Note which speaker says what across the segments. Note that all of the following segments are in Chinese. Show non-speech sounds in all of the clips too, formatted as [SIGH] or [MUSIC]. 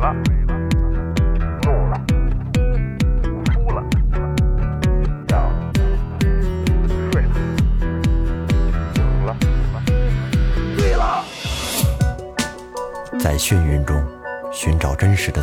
Speaker 1: 了，怒了，哭了，笑了，睡了，醒了，醉了。
Speaker 2: 在眩晕中寻找真实的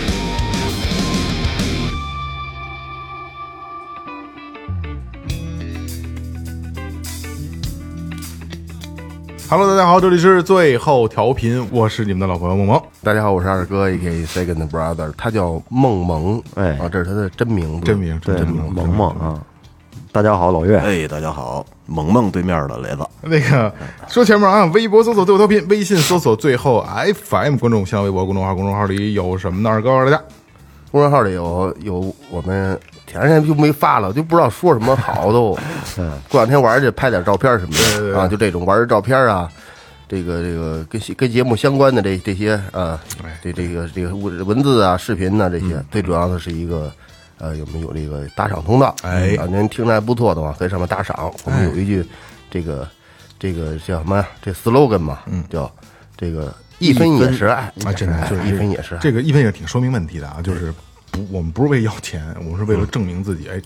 Speaker 3: Hello，大家好，这里是最后调频，我是你们的老朋友梦萌。
Speaker 4: 大家好，我是二哥，A.K. Second Brother，他叫孟萌，
Speaker 5: 哎
Speaker 4: 啊，这是他的真名字，
Speaker 3: 嗯真名
Speaker 5: 对，
Speaker 3: 真名
Speaker 5: 萌萌啊！大家好，老岳，
Speaker 6: 哎，大家好，萌萌对面的雷子，
Speaker 3: 那个说前面啊，微博搜索最后调频，微信搜索最后 FM，关注我们新浪微博公众号，公众号里有什么呢？二哥告诉大家，
Speaker 4: 公众号里有有我们前两天就没发了，就不知道说什么
Speaker 3: [LAUGHS]
Speaker 4: 好都。
Speaker 3: 嗯
Speaker 4: 过两天玩去拍点照片什么的啊，就这种玩的照片啊，这个这个跟跟节目相关的这这些啊，
Speaker 3: 哎
Speaker 4: 这这个这个文字啊、视频呐、这
Speaker 3: 嗯
Speaker 4: 些，最主要的是一个。呃，有没有这个打赏通道？
Speaker 3: 哎
Speaker 4: 啊，您听着还不错的话，可以上面打赏。我们有一句，这个这个叫什么呀？这 slogan 嘛，叫这个一分也是爱
Speaker 3: 嗯
Speaker 5: 哎
Speaker 4: 哎
Speaker 3: 啊，真的就是
Speaker 4: 一分也是爱。
Speaker 3: 这个一分也挺说明问题的啊，就是不，我们不是为要钱，我们是为了证明自己，哎，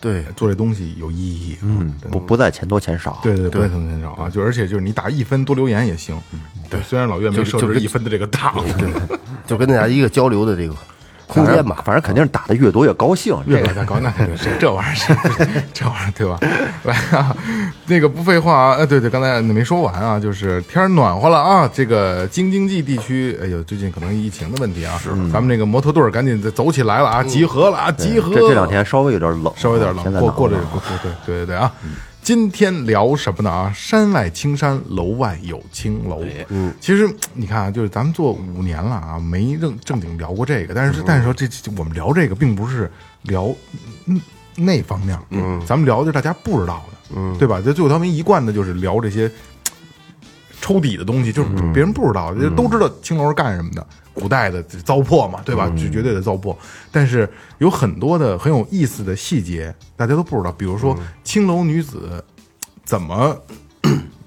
Speaker 4: 对，
Speaker 3: 做这东西有意义。嗯，
Speaker 5: 不不在钱多钱少，
Speaker 3: 对对对，不会很很少啊，就而且就是你打一分多留言也行。
Speaker 5: 嗯
Speaker 3: 对，虽然老岳没
Speaker 4: 就是
Speaker 3: 设
Speaker 4: 就
Speaker 3: 置
Speaker 4: 是
Speaker 3: 一分的这个档，
Speaker 4: [LAUGHS] 就跟大家一个交流的这个空
Speaker 5: 反正
Speaker 4: 间吧。
Speaker 5: 反正肯定是打的越多越高兴，
Speaker 3: 越搞
Speaker 5: [LAUGHS]
Speaker 3: 越高，那肯定是这玩意儿是 [LAUGHS] 这玩意儿对吧？来啊，那个不废话啊，呃，对对，刚才没说完啊，就是天儿暖和了啊，这个京津冀地区，哎呦，最近可能疫情的问题啊，
Speaker 5: 嗯
Speaker 3: 是咱们这个摩托队儿赶紧再走起来了啊，集合了啊，集合！
Speaker 5: 这这两天稍微有点冷，啊
Speaker 3: 稍微有点冷
Speaker 5: 现，在暖和
Speaker 3: 过过这
Speaker 5: 了
Speaker 3: 过过对对对对啊。今天聊什么呢啊？山外青山，楼外有青楼。嗯，其实你看啊，就是咱们做五年了啊，没正正经聊过这个。但是，但是说这这我们聊这个，并不是聊嗯那方面，嗯，咱们聊的是大家不知道的，嗯，对吧？这最后他们一贯的就是聊这些抽底的东西，就是别人不知道，就都知道青楼是干什么的，古代的糟粕嘛，对吧？就绝对的糟粕。但是有很多的很有意思的细节，大家都不知道，比如说青楼女子怎 [CLEARS THROAT] 么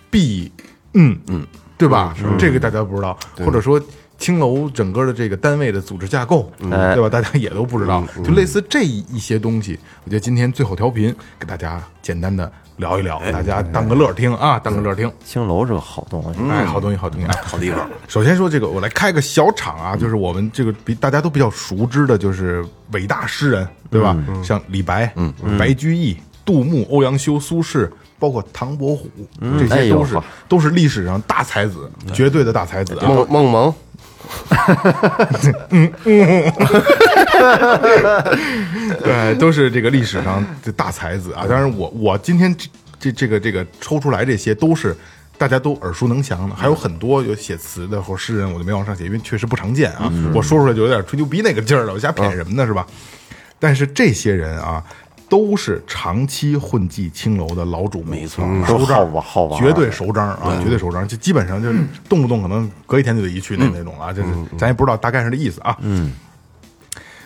Speaker 3: 避，嗯嗯，对吧？这个大家不知道，或者说。青楼整个的这个单位的组织架构，对吧？大家也都不知道，就类似这一些东西，我觉得今天最后调频给大家简单的聊一聊，大家当个乐儿听啊，当个乐儿听。
Speaker 5: 青楼是个好东西，
Speaker 3: 哎，好东西，好东西啊！
Speaker 6: 好地方，
Speaker 3: 首先说这个，我来开个小场啊，就是我们这个比大家都比较熟知的，就是伟大诗人，对吧？像李白、嗯、白居易、杜牧、欧阳修、苏轼，包括唐伯虎，这
Speaker 5: 哎
Speaker 3: 些
Speaker 5: 呦
Speaker 3: 都是
Speaker 5: 呵
Speaker 3: 都是历史上大才子，绝对的大才子啊。
Speaker 4: 梦梦萌，
Speaker 3: 对，都是这个历史上的大才子啊。当然我，我今天这这这个这个抽出来这些都是大家都耳熟能详的，还有很多有写词的或诗人，我就没往上写，因为确实不常见啊。我说出来就有点吹牛逼那个劲儿了，我瞎谝什么呢，是吧？但是这些人啊。都是长期混迹青楼的老主顾，没错，熟
Speaker 5: 都好
Speaker 3: 账
Speaker 5: 玩好玩
Speaker 3: 嗯绝对熟章啊，绝对嗯熟章，就基本上就是动不动可能隔一天就得一去那那种了啊，就是咱也不知道大概是这意思啊。嗯，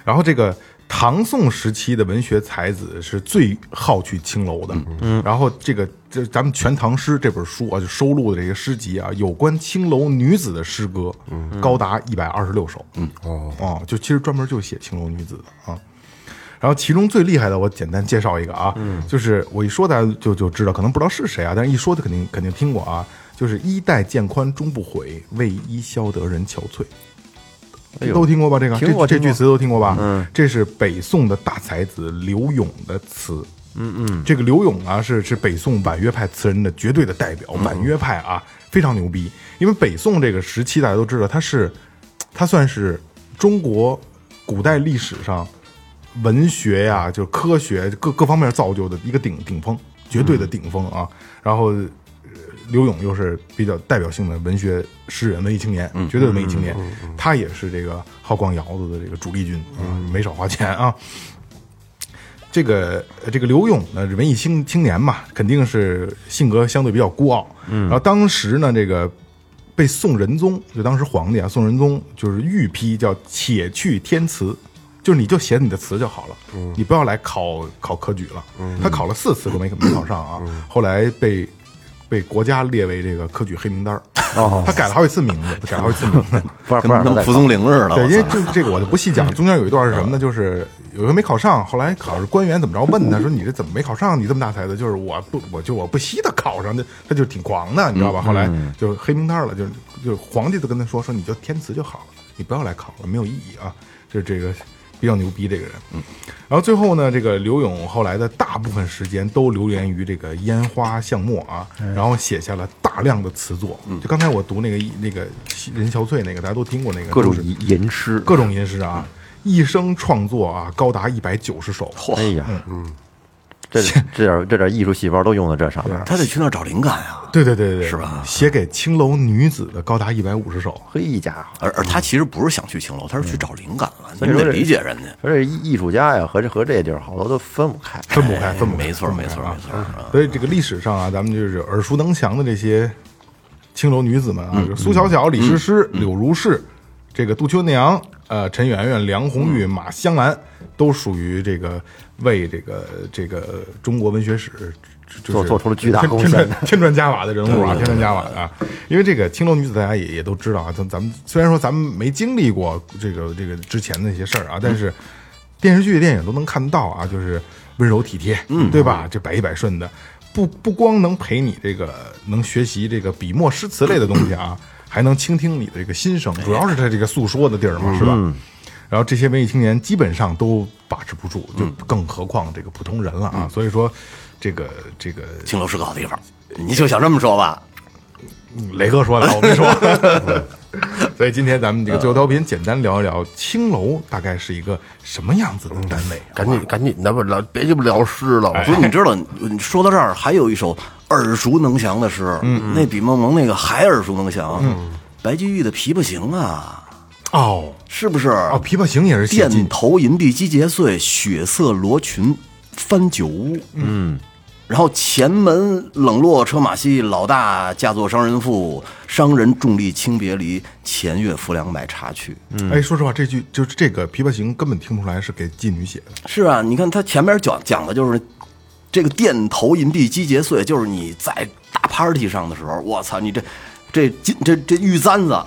Speaker 3: 然后这个唐宋时期的文学才子是最好去青楼的。嗯，然后这个这咱们《全唐诗》这本书啊，就收录的这些诗集啊，有关青楼女子的诗歌，嗯，高达一百二十六首。嗯，哦，就其实专门就写青楼女子的啊。然后其中最厉害的，我简单介绍一个啊，就是我一说大家就就知道，可能不知道是谁啊，但是一说就肯定肯定听过啊，就是一代渐宽终不悔，为伊消得人憔悴。都听过吧？这个
Speaker 5: 哎听过
Speaker 3: 这这
Speaker 5: 听过
Speaker 3: 句词都听过吧？嗯，这是北宋的大才子刘永的词。嗯嗯，这个刘永啊，是是北宋婉约派词人的绝对的代表。
Speaker 5: 嗯
Speaker 3: 婉约派啊，非常牛逼，因为北宋这个时期大家都知道，它是它算是中国古代历史上文学呀、就是科学各各方面造就的一个顶顶峰，绝对
Speaker 5: 嗯
Speaker 3: 的顶峰啊。然后刘勇又是比较代表性的文学诗人、文艺青年，绝对的文艺青年。他也是这个好逛窑子的这个主力军啊，没少花钱啊。这个呃这个刘勇呢，文艺青青年嘛，肯定是性格相对比较孤傲。然后当时呢，这个被宋仁宗，就当时皇帝啊，宋仁宗就是御批叫“且去天词”，就是你就写你的词就好了，你不要来考考科举了。他考了四次都没没考上啊，后来被被国家列为这个科举黑名单儿。 [LAUGHS] 他改了好几次名字，改了好几次名字。
Speaker 5: 不让不让他
Speaker 6: 跟跟
Speaker 5: 再
Speaker 6: 蒲松龄似的。
Speaker 3: 对，
Speaker 6: 我
Speaker 3: 因为
Speaker 6: 操
Speaker 3: 这这个我就不细讲。中间有一段是什么呢？就是有一回没考上，后来考试官员怎么着问他说：“你这怎么没考上？你这么大才子？”就是我不，我就我不惜的考上，的，他就挺狂的，你知道吧？后来就是黑名单了，就是就是皇帝都跟他说说你就填词就好了，你不要来考了，没有意义啊。就是这个比较牛逼这个人，嗯。然后最后呢，这个刘永后来的大部分时间都流连于这个烟花巷陌啊，然后写下了大量的词作。就刚才我读那个那个任憔悴那个，大家都听过那个
Speaker 5: 各种
Speaker 3: 就是
Speaker 5: 吟吟诗，
Speaker 3: 各种吟诗啊，一生创作啊高达一百九十首。
Speaker 5: 哎呀，嗯，这这点这点艺术细胞都用在这上面。
Speaker 6: 他得去那儿找灵感呀。
Speaker 3: 对对对对对，
Speaker 6: 是吧
Speaker 3: 写给青楼女子的高达一百五十首。
Speaker 5: 嘿家伙，
Speaker 6: 而而他其实不是想去青楼，他是
Speaker 4: 嗯
Speaker 6: 去找灵感了。
Speaker 5: 以
Speaker 6: 你们
Speaker 5: 说这
Speaker 6: 得理解人家。
Speaker 5: 而且艺艺术家呀，和这和这地儿好多都分不开。
Speaker 3: 分不开，分不开，
Speaker 6: 没错
Speaker 3: 分不开
Speaker 6: 没错
Speaker 3: 啊
Speaker 6: 没错啊
Speaker 3: 所以这个历史上啊，咱们就是耳熟能详的这些青楼女子们啊，就是苏小小、李师师、柳如是，这个杜秋娘、呃陈圆圆、梁红玉、马香兰，都属于这个为这个这个中国文学史就是
Speaker 5: 做做出了巨大
Speaker 3: 添
Speaker 5: 贡献
Speaker 3: 添 [LAUGHS] 砖添砖加瓦的人物啊，添砖加瓦的啊。因为这个青楼女子，大家也也都知道啊，咱咱们虽然说咱们没经历过这个这个之前的一些事儿啊，但是。电视剧、电影都能看到啊，就是温柔体贴，嗯，对吧？这百依百顺的，不不光能陪你这个能学习这个笔墨诗词类的东西啊，还能倾听你的这个心声，主要是他这个诉说的地儿嘛，是吧？然后这些文艺青年基本上都把持不住，就更何况这个普通人了啊。所以说，这个这个
Speaker 6: 青楼是个好地方，你就想这么说吧。
Speaker 3: 嗯雷哥说的，我没说。所以今天咱们这个最后调频，简单聊一聊青楼大概是一个什么样子的单位、啊。
Speaker 4: 赶紧赶紧的吧，老别鸡巴聊诗了，
Speaker 5: 哎
Speaker 6: 不
Speaker 5: [LAUGHS]
Speaker 6: 是，你知道，你说到这儿，还有一首耳熟能详的诗，
Speaker 3: 嗯
Speaker 6: 那比梦萌那个还耳熟能详。白居易的《琵琶行》啊，
Speaker 3: 哦
Speaker 6: 是不是？
Speaker 3: 哦，琵琶行也是写进
Speaker 6: 钿头银地鸡节碎，血色罗裙翻酒屋。嗯，然后前门冷落车马稀，老大嫁作商人妇，商人重利轻别离，前月浮梁买茶去。
Speaker 3: 哎，说实话，这句就是这个《琵琶行》根本听不出来是给妓女写的。
Speaker 6: 是啊，你看他前面讲讲的就是这个钿头银币鸡节碎，就是你在大 party 上的时候，我操，你这这金这这玉簪子，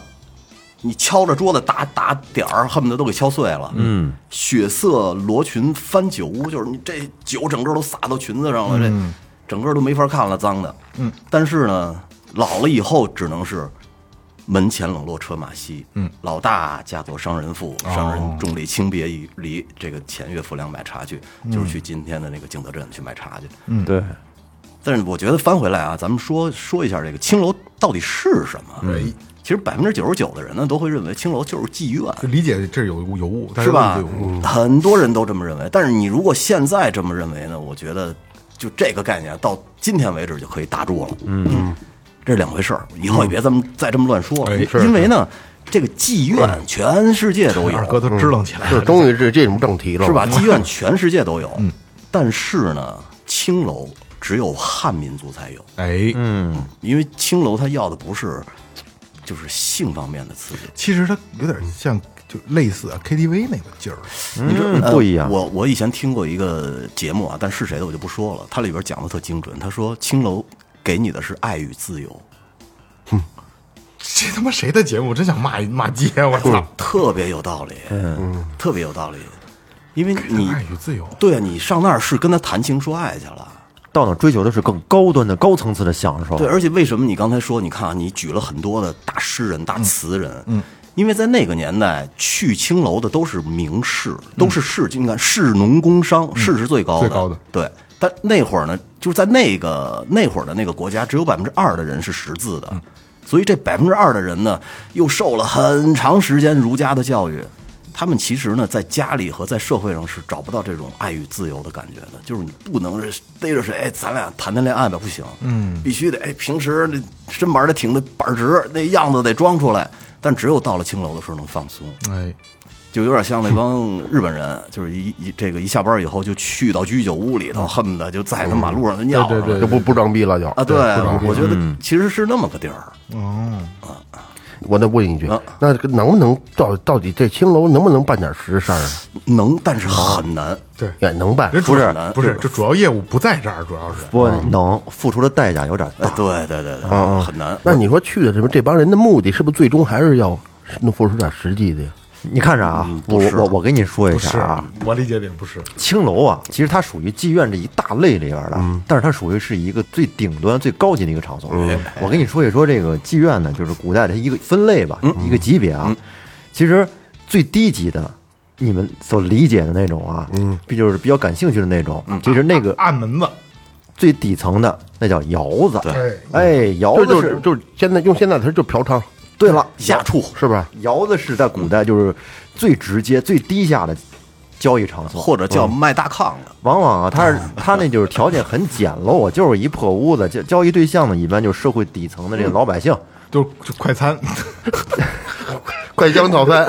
Speaker 6: 你敲着桌子打打点儿，恨不得都给敲碎了。嗯，血色罗裙翻酒屋，就是你这酒整个都洒到裙子上了，这整个都没法看了，脏的。嗯，但是呢，老了以后只能是。门前冷落车马稀，嗯，老大嫁作商人妇，商人重利轻别一离。这个前月浮梁买茶去，就是去今天的那个景德镇去买茶去。嗯，
Speaker 5: 对，
Speaker 6: 但是我觉得翻回来啊，咱们说说一下这个青楼到底是什么。其实百分之九十九的人呢，都会认为青楼就是妓院，
Speaker 3: 就理解这有有误，但
Speaker 6: 是吧
Speaker 3: 问
Speaker 6: 嗯
Speaker 3: 题就有误。？
Speaker 6: 很多人都这么认为。但是你如果现在这么认为呢，我觉得就这个概念到今天为止就可以打住了。嗯，这是两回事儿，以后也别这么再这么乱说了
Speaker 3: 哎，是
Speaker 6: 因为呢，这这个妓院全世界都有，
Speaker 3: 二哥都支棱起来
Speaker 4: 这
Speaker 3: 了，
Speaker 4: 终于这进入正题了，
Speaker 6: 是吧？？妓院全世界都有，但是呢，青楼只有汉民族才有，
Speaker 3: 哎，
Speaker 6: 因为青楼它要的不是就是性方面的刺激。
Speaker 3: 其实它有点像，就类似啊 KTV 那个劲儿。 [LAUGHS]
Speaker 5: 嗯，不一样。
Speaker 6: 我我以前听过一个节目啊，但是谁的我就不说了，它里边讲的特精准。他说青楼给你的是爱与自由，
Speaker 3: 这他妈谁的节目？我真想骂骂街！我操！
Speaker 6: 特别有道理，嗯，特别有道理，因为你
Speaker 3: 爱与自由
Speaker 6: 对啊，你上那儿是跟他谈情说爱去了。
Speaker 5: 到那儿追求的是更高端的、高层次的享受。
Speaker 6: 对，而且为什么你刚才说，你看啊，你举了很多的大诗人、大词人，嗯，因为在那个年代，去青楼的都是名士，都是士，你看士农工商，士是最高
Speaker 3: 最
Speaker 6: 的，
Speaker 3: 高的，
Speaker 6: 对。但那会儿呢，就是在那个那会儿的那个国家，只有百分之二的人是识字的，所以这百分之二的人呢，又受了很长时间儒家的教育。他们其实呢，在家里和在社会上是找不到这种爱与自由的感觉的，就是你不能是逮着谁，哎，咱俩谈谈恋爱吧，不行，嗯，必须得，哎，平时那身板儿得挺的板儿直，那样子得装出来，但只有到了青楼的时候能放松，
Speaker 3: 哎，
Speaker 6: 就有点像那帮日本人，就是一一这个一下班以后就去到居酒屋里头，恨不得就在那马路上就尿
Speaker 3: 对
Speaker 6: 上
Speaker 3: 对对
Speaker 6: 了
Speaker 4: 就不不装逼了就
Speaker 6: 啊！对，我觉得
Speaker 3: 嗯
Speaker 6: 其实是那么个地儿，
Speaker 4: 我再问一句
Speaker 6: 啊，
Speaker 4: 那这个能不能到到底这青楼能不能办点实事儿啊？
Speaker 6: 能，但是很难。
Speaker 3: 对，
Speaker 4: 也能办，
Speaker 3: 人主
Speaker 6: 不是
Speaker 3: 不是，这主要业务不在这儿，主要是
Speaker 5: 不过能付出的代价有点
Speaker 6: 哎
Speaker 5: 大，
Speaker 6: 对对对
Speaker 3: 啊
Speaker 6: 对，很难。
Speaker 4: 那你说去的什么这帮人的目的，是不是最终还是要能付出点实际的呀？
Speaker 5: 你看着啊，我我我跟你说一下啊，，
Speaker 3: 我理解的也不是，
Speaker 5: 青楼啊，其实它属于妓院这一大类里边的，但是它属于是一个最顶端、最高级的一个场所。我跟你说一说这个妓院呢，就是古代的一个分类吧，一个级别啊。其实最低级的，你们所理解的那种啊，嗯，就是比较感兴趣的那种，其实那个
Speaker 3: 暗门子，
Speaker 5: 最底层的那叫窑子，
Speaker 3: 对
Speaker 5: 哎，窑
Speaker 4: 就
Speaker 5: 子
Speaker 4: 就是是就是现在用现在词儿就嫖娼，
Speaker 5: 对了，
Speaker 6: 下处
Speaker 4: 是 [LAUGHS] 吧？
Speaker 5: 窑子是在古代就是最直接、最低下的交易场所，嗯
Speaker 6: 或者叫卖大炕
Speaker 3: 嗯
Speaker 6: 的，
Speaker 5: 往往啊，他是 [LAUGHS] 他那就是条件很简陋，啊就是一破屋子，交交易对象呢，一般就是社会底层的这个老百姓。
Speaker 3: 就就快
Speaker 6: [LAUGHS]
Speaker 3: 餐，
Speaker 4: 快香套 [LAUGHS] 餐，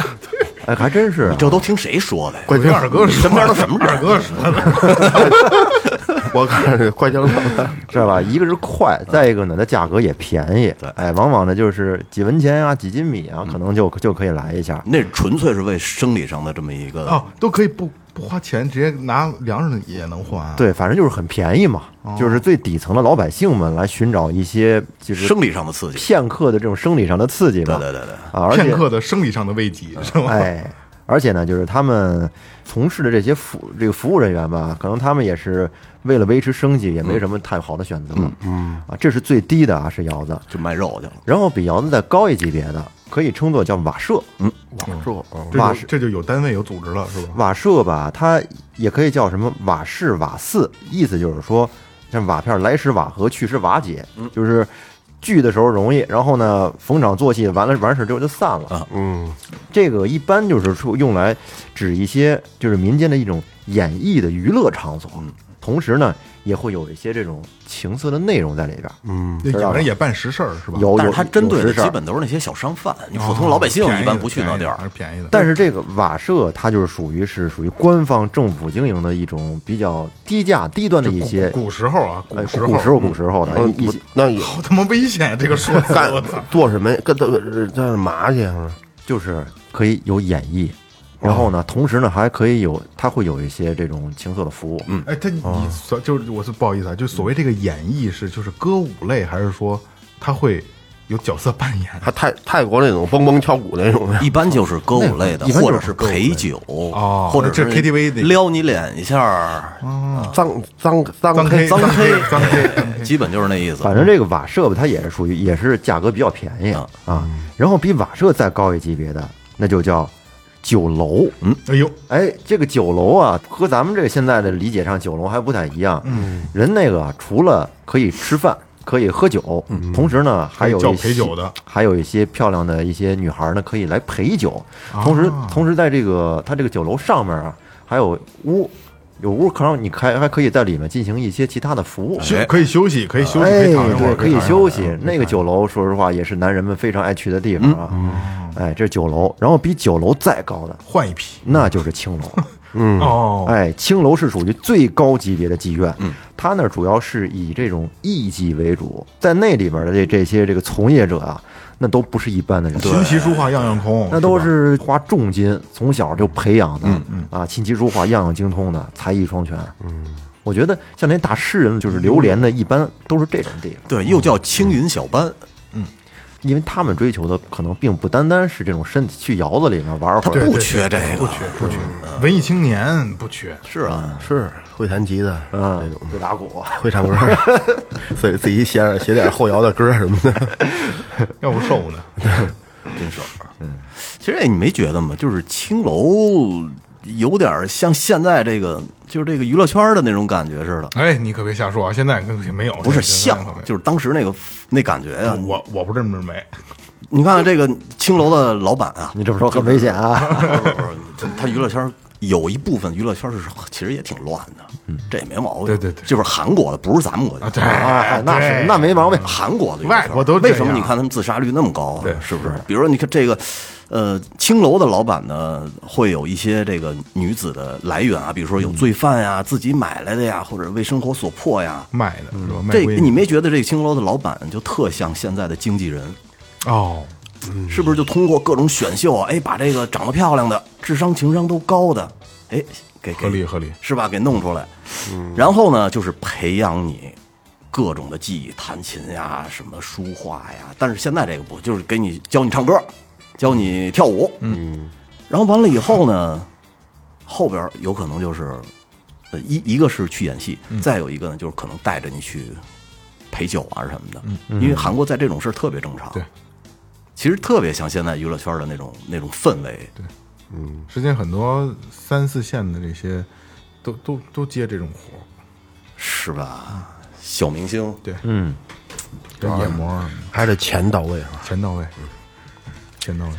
Speaker 5: 哎，还真是啊，
Speaker 6: 这都听谁说的呀？
Speaker 3: 跟二哥说，
Speaker 6: 身边都什么人啊
Speaker 3: 二哥说
Speaker 6: [LAUGHS]
Speaker 3: 的，
Speaker 4: 我看是快香套餐，
Speaker 5: 知道吧？一个是快，再一个呢，它价格也便宜。哎，往往呢就是几文钱啊，几斤米啊，可能就就可以来一下。
Speaker 6: 那纯粹是为生理上的这么一个
Speaker 3: 啊，都可以不不花钱，直接拿粮食也能换，，
Speaker 5: 对，反正就是很便宜嘛，就是最底层的老百姓们来寻找一些
Speaker 3: 哦
Speaker 5: 就是
Speaker 6: 生理上的刺激。
Speaker 5: 片刻的这种生理上的刺激
Speaker 6: 对
Speaker 5: 吧。
Speaker 6: 对对对，
Speaker 5: 啊，而且
Speaker 3: 片刻的生理上的慰
Speaker 6: 嗯
Speaker 3: 藉是吗？
Speaker 5: 哎，而且呢，就是他们从事的这些服这个服务人员吧，可能他们也是为了维持生计，也没什么太好的选择了。嗯，啊，这是最低的啊，是窑子。
Speaker 6: 就卖肉去了。
Speaker 5: 然后比窑子再高一级别的，可以称作叫瓦舍。
Speaker 6: 哎
Speaker 3: 嗯这
Speaker 5: 瓦
Speaker 3: 就
Speaker 5: 式
Speaker 3: 这就有单位有组织了，是吧？
Speaker 5: 瓦舍吧，它也可以叫什么瓦市、瓦肆，意思就是说，像瓦片来时瓦合，去时瓦解，
Speaker 6: 嗯
Speaker 5: 就是聚的时候容易，然后呢逢场作戏，完了完事之后就散了。
Speaker 6: 啊
Speaker 5: 嗯，这个一般就是说用来指一些就是民间的一种演绎的娱乐场所，
Speaker 6: 嗯
Speaker 5: 同时呢也会有一些这种情色的内容在里边。嗯，
Speaker 3: 那有人也办实事儿是吧？
Speaker 5: 有，
Speaker 6: 但
Speaker 5: 有
Speaker 6: 是它针对
Speaker 5: 有
Speaker 6: 的
Speaker 5: 实事儿
Speaker 6: 基本都是那些小商贩，你
Speaker 3: 哦，
Speaker 6: 普通老百姓
Speaker 3: 便宜
Speaker 6: 一
Speaker 3: 的
Speaker 6: 般不去那地
Speaker 3: 便宜的还
Speaker 6: 儿
Speaker 3: 是。便宜的，
Speaker 5: 但是这个瓦舍，它就是属于是属于官方政府经营的一种比较低价、低端的一些
Speaker 3: 古古时候啊，
Speaker 5: 哎
Speaker 3: 古时
Speaker 5: 古
Speaker 3: 候， [LAUGHS]
Speaker 5: 古时候古时候的
Speaker 4: [LAUGHS] 嗯
Speaker 5: 一一些，
Speaker 4: 那有
Speaker 3: 好他妈危险啊！这个
Speaker 6: [LAUGHS]
Speaker 3: 说法
Speaker 4: 干
Speaker 3: 我操，
Speaker 4: 做什么呀？干他干嘛去啊？
Speaker 5: 就是可以有演绎，然后呢，同时呢还可以有，它会有一些这种情色的服务。嗯，
Speaker 3: 哎，他你所就是我是不好意思啊，就所谓这个演绎是就是歌舞类，还是说他会有角色扮演？
Speaker 4: 他泰泰国那种嘣嘣敲鼓那种的，
Speaker 6: 一般就是歌舞类
Speaker 5: 那
Speaker 6: 的，
Speaker 5: 个一般
Speaker 6: 或
Speaker 5: 就
Speaker 6: 者
Speaker 5: 是
Speaker 6: 是陪酒，
Speaker 3: 哦
Speaker 6: 或者是
Speaker 3: 这 KTV 那
Speaker 6: 撩你脸一下，
Speaker 4: 脏脏脏
Speaker 3: 脏 K
Speaker 4: 黑
Speaker 6: 脏黑
Speaker 3: 脏 K，脏 K
Speaker 6: 基本就是那意思。
Speaker 5: 反正这个瓦舍吧，它也是属于也是价格比较便宜
Speaker 6: 啊
Speaker 5: 啊。然后比瓦舍再高一级别的，那就叫酒楼。嗯，
Speaker 3: 哎呦，
Speaker 5: 哎，这个酒楼啊，和咱们这个现在的理解上酒楼还不太一样。嗯，人那个除了可以吃饭。可以喝酒，同时呢，还有
Speaker 3: 嗯叫
Speaker 5: 一
Speaker 3: 陪
Speaker 5: 些
Speaker 3: 酒的
Speaker 5: 还有一些漂亮的一些女孩呢，可以来陪酒。
Speaker 3: 啊
Speaker 5: 同时，同时在这个它这个酒楼上面啊，还有屋，有屋可让你开，还可以在里面进行一些其他的服务。
Speaker 3: 休可以休息，可以休息，可
Speaker 5: 哎，
Speaker 3: 以躺一会
Speaker 5: 对，
Speaker 3: 儿，
Speaker 5: 可以休息。那个酒楼，说实话也是男人们非常爱去的地方啊。
Speaker 3: 嗯
Speaker 5: 哎，这是酒楼，然后比酒楼再高的，
Speaker 3: 换一批。
Speaker 5: 那就是青
Speaker 3: [LAUGHS]
Speaker 5: 楼。
Speaker 3: 哦，
Speaker 5: 哎，青楼是属于最高级别的妓院，它那儿主要是以这种艺妓为主，在那里边的这这些这个从业者啊，那都不是一般的人，
Speaker 3: 琴棋书画样样通，
Speaker 5: 那都
Speaker 3: 是
Speaker 5: 是花重金从小就培养的，啊，琴棋书画样样精通的，才艺双全。嗯，我觉得像那大诗人就是流连的，一般都是这种地方，
Speaker 6: 对，又叫青云小班，
Speaker 5: 因为他们追求的可能并不单单是这种身体去窑子里面玩会
Speaker 3: 对
Speaker 5: 儿。
Speaker 6: 不缺这个
Speaker 3: 不。缺不缺，文艺青年不缺，
Speaker 6: 是啊，
Speaker 4: 是会弹吉的，
Speaker 5: 嗯，会打鼓，
Speaker 4: 会唱歌， [LAUGHS] 所以自己写点写点后摇的歌什么的。
Speaker 3: 要不瘦呢？
Speaker 6: 真是。嗯，其实哎，你没觉得吗？就是青楼有点像现在这个，就是这个娱乐圈的那种感觉似的，
Speaker 3: 哎，你可别瞎说啊！现在根本就没有，
Speaker 6: 不是
Speaker 3: 现在
Speaker 6: 像
Speaker 3: 根本，就
Speaker 6: 就是当时那个那感觉呀、
Speaker 3: 没有我我不这么认为，
Speaker 6: 你看看这个青楼的老板啊，
Speaker 5: 你这么说很危险啊！
Speaker 6: [LAUGHS] 不是不是不是他娱乐圈有一部分娱乐圈是其实也挺乱的，这也没毛
Speaker 3: 嗯
Speaker 6: 病。
Speaker 3: 对对对啊
Speaker 6: 就是韩国的，不是咱们国家。
Speaker 3: 对
Speaker 5: 哎，那是
Speaker 3: 对
Speaker 5: 那没毛病。
Speaker 6: 韩国的娱乐
Speaker 3: 外
Speaker 6: 圈
Speaker 3: 国都这
Speaker 6: 为
Speaker 3: 样
Speaker 6: 什么？你看他们自杀率那么高啊？
Speaker 3: 对
Speaker 6: 是不是？比如说，你看这个，呃，青楼的老板呢，会有一些这个女子的来源啊，比如说
Speaker 3: 嗯
Speaker 6: 有罪犯呀、自己买来的呀，或者为生活所迫呀。
Speaker 3: 卖的嗯是吧？卖
Speaker 6: 这
Speaker 3: 闺女
Speaker 6: 你没觉得这个青楼的老板就特像现在的经纪人？
Speaker 3: 哦，
Speaker 6: 是不是就通过各种选秀啊，哎，把这个长得漂亮的、智商情商都高的，哎，给
Speaker 3: 合理
Speaker 6: 给
Speaker 3: 合理，
Speaker 6: 是吧？给弄出来，然后呢，就是培养你各种的技艺，弹琴呀，什么书画呀。但是现在这个不，就是给你教你唱歌，教你跳舞，嗯，然后完了以后呢，后边有可能就是，呃，一一个是去演戏，再有一个呢，就是可能带着你去陪酒啊什么的，因为韩国在这种事儿特别正常，
Speaker 3: 对
Speaker 6: 其实特别像现在娱乐圈的那种那种氛围，
Speaker 3: 之前很多三四线的这些都都都接这种活儿，
Speaker 6: 是吧？小明星，
Speaker 3: 对，嗯，这眼膜什么
Speaker 4: [LAUGHS] 还是钱到位啊。
Speaker 3: 的全到位，全到位。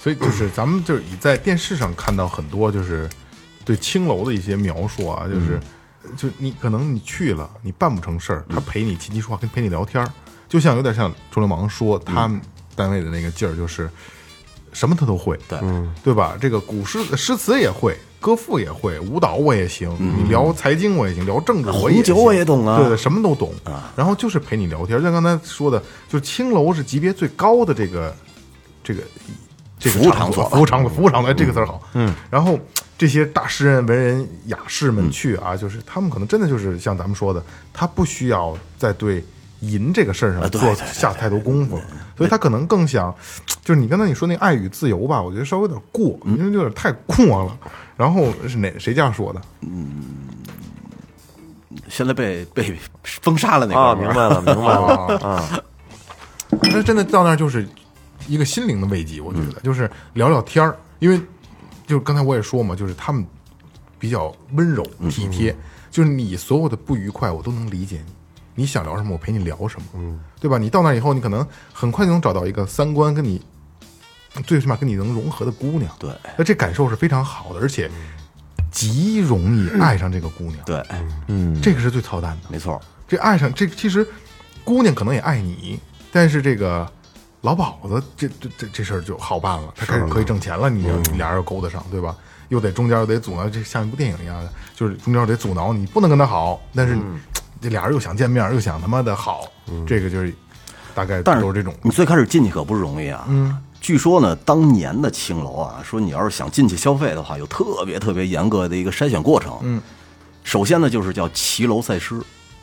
Speaker 3: 所以就是咱们就是以在电视上看到很多就是对青楼的一些描述啊，
Speaker 6: 嗯
Speaker 3: 就是就你可能你去了，你办不成事儿，他陪你琴棋书画，跟陪你聊
Speaker 6: 嗯
Speaker 3: 天儿，就像有点像周流氓说他们单位的那个劲儿，就是什么他都会，
Speaker 6: 对，
Speaker 3: 对吧？这个古诗诗词也会，歌赋也会，舞蹈我也行，你聊财经我也行，聊政治我也
Speaker 6: 嗯红酒
Speaker 3: 行
Speaker 6: 我也懂啊
Speaker 3: 对对，什么都懂然后就是陪你聊天，就像刚才说的，就是青楼是级别最高的这个这个这个
Speaker 6: 服务
Speaker 3: 场
Speaker 6: 场所吧
Speaker 3: 服务场所，服务场所，哎这个词儿好。嗯，然后这些大诗人、文人、雅士
Speaker 6: 嗯
Speaker 3: 们去啊，就是他们可能真的就是像咱们说的，他不需要再对淫这个事儿上
Speaker 6: 啊对
Speaker 3: 做
Speaker 6: 对对
Speaker 3: 下太多功夫了，所以他可能更想，就是你刚才你说那个爱与自由吧，我觉得稍微有点过，
Speaker 6: 嗯
Speaker 3: 因为有点太过了。然后是哪谁这样说的？
Speaker 6: 现在被被封杀了那
Speaker 5: 啊，
Speaker 6: 个，
Speaker 5: 明白了，明白了。
Speaker 3: 那真的到那儿就是一个心灵的慰藉，我觉得、就是聊聊天儿，因为就是刚才我也说嘛，就是他们比较温柔体贴，就是你所有的不愉快我都能理解你，你想聊什么我陪你聊什么，嗯，对吧？你到那儿以后，你可能很快就能找到一个三观跟你最起码跟你能融合的姑娘，
Speaker 6: 对，
Speaker 3: 那这感受是非常好的，而且极容易爱上这个姑娘，
Speaker 6: 对，哎
Speaker 3: 这个是最操蛋的。
Speaker 6: 没错，
Speaker 3: 这爱上这其实姑娘可能也爱你，但是这个老鸨子这这这这事儿就好办了，他开始可以挣钱了，你
Speaker 5: 嗯
Speaker 3: 你俩人又勾搭上，对吧？又得中间又得阻挠，这像一部电影一样的，就是中间又得阻挠你，不能跟他好，但是你、
Speaker 5: 嗯
Speaker 3: 这俩人又想见面，又想他妈的好，这个就是大概
Speaker 6: 但是
Speaker 3: 都是这种。
Speaker 6: 你最开始进去可不容易啊。嗯，据说呢，当年的青楼啊，说你要是想进去消费的话，有特别特别严格的一个筛选过程。嗯，首先呢，就是叫骑楼赛诗。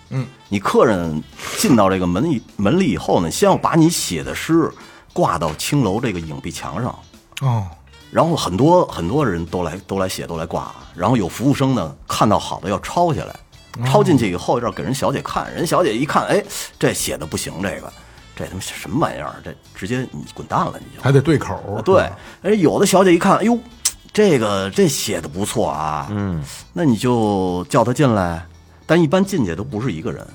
Speaker 3: 嗯，
Speaker 6: 你客人进到这个门以门里以后呢，先要把你写的诗挂到青楼这个影壁墙上，
Speaker 3: 哦，
Speaker 6: 然后很多很多人都来都来写都来挂，然后有服务生呢看到好的要抄下来，抄进去以后要给人小姐看，人小姐一看，哎，这写的不行，这个这他妈什么玩意儿？这直接你滚蛋了你就。
Speaker 3: 还得对
Speaker 5: 啊
Speaker 3: 口，
Speaker 6: 对，哎，有的小姐一看，哎呦，这个这写的不错啊，嗯，那你就叫她进来，但一般进去都不是一个人，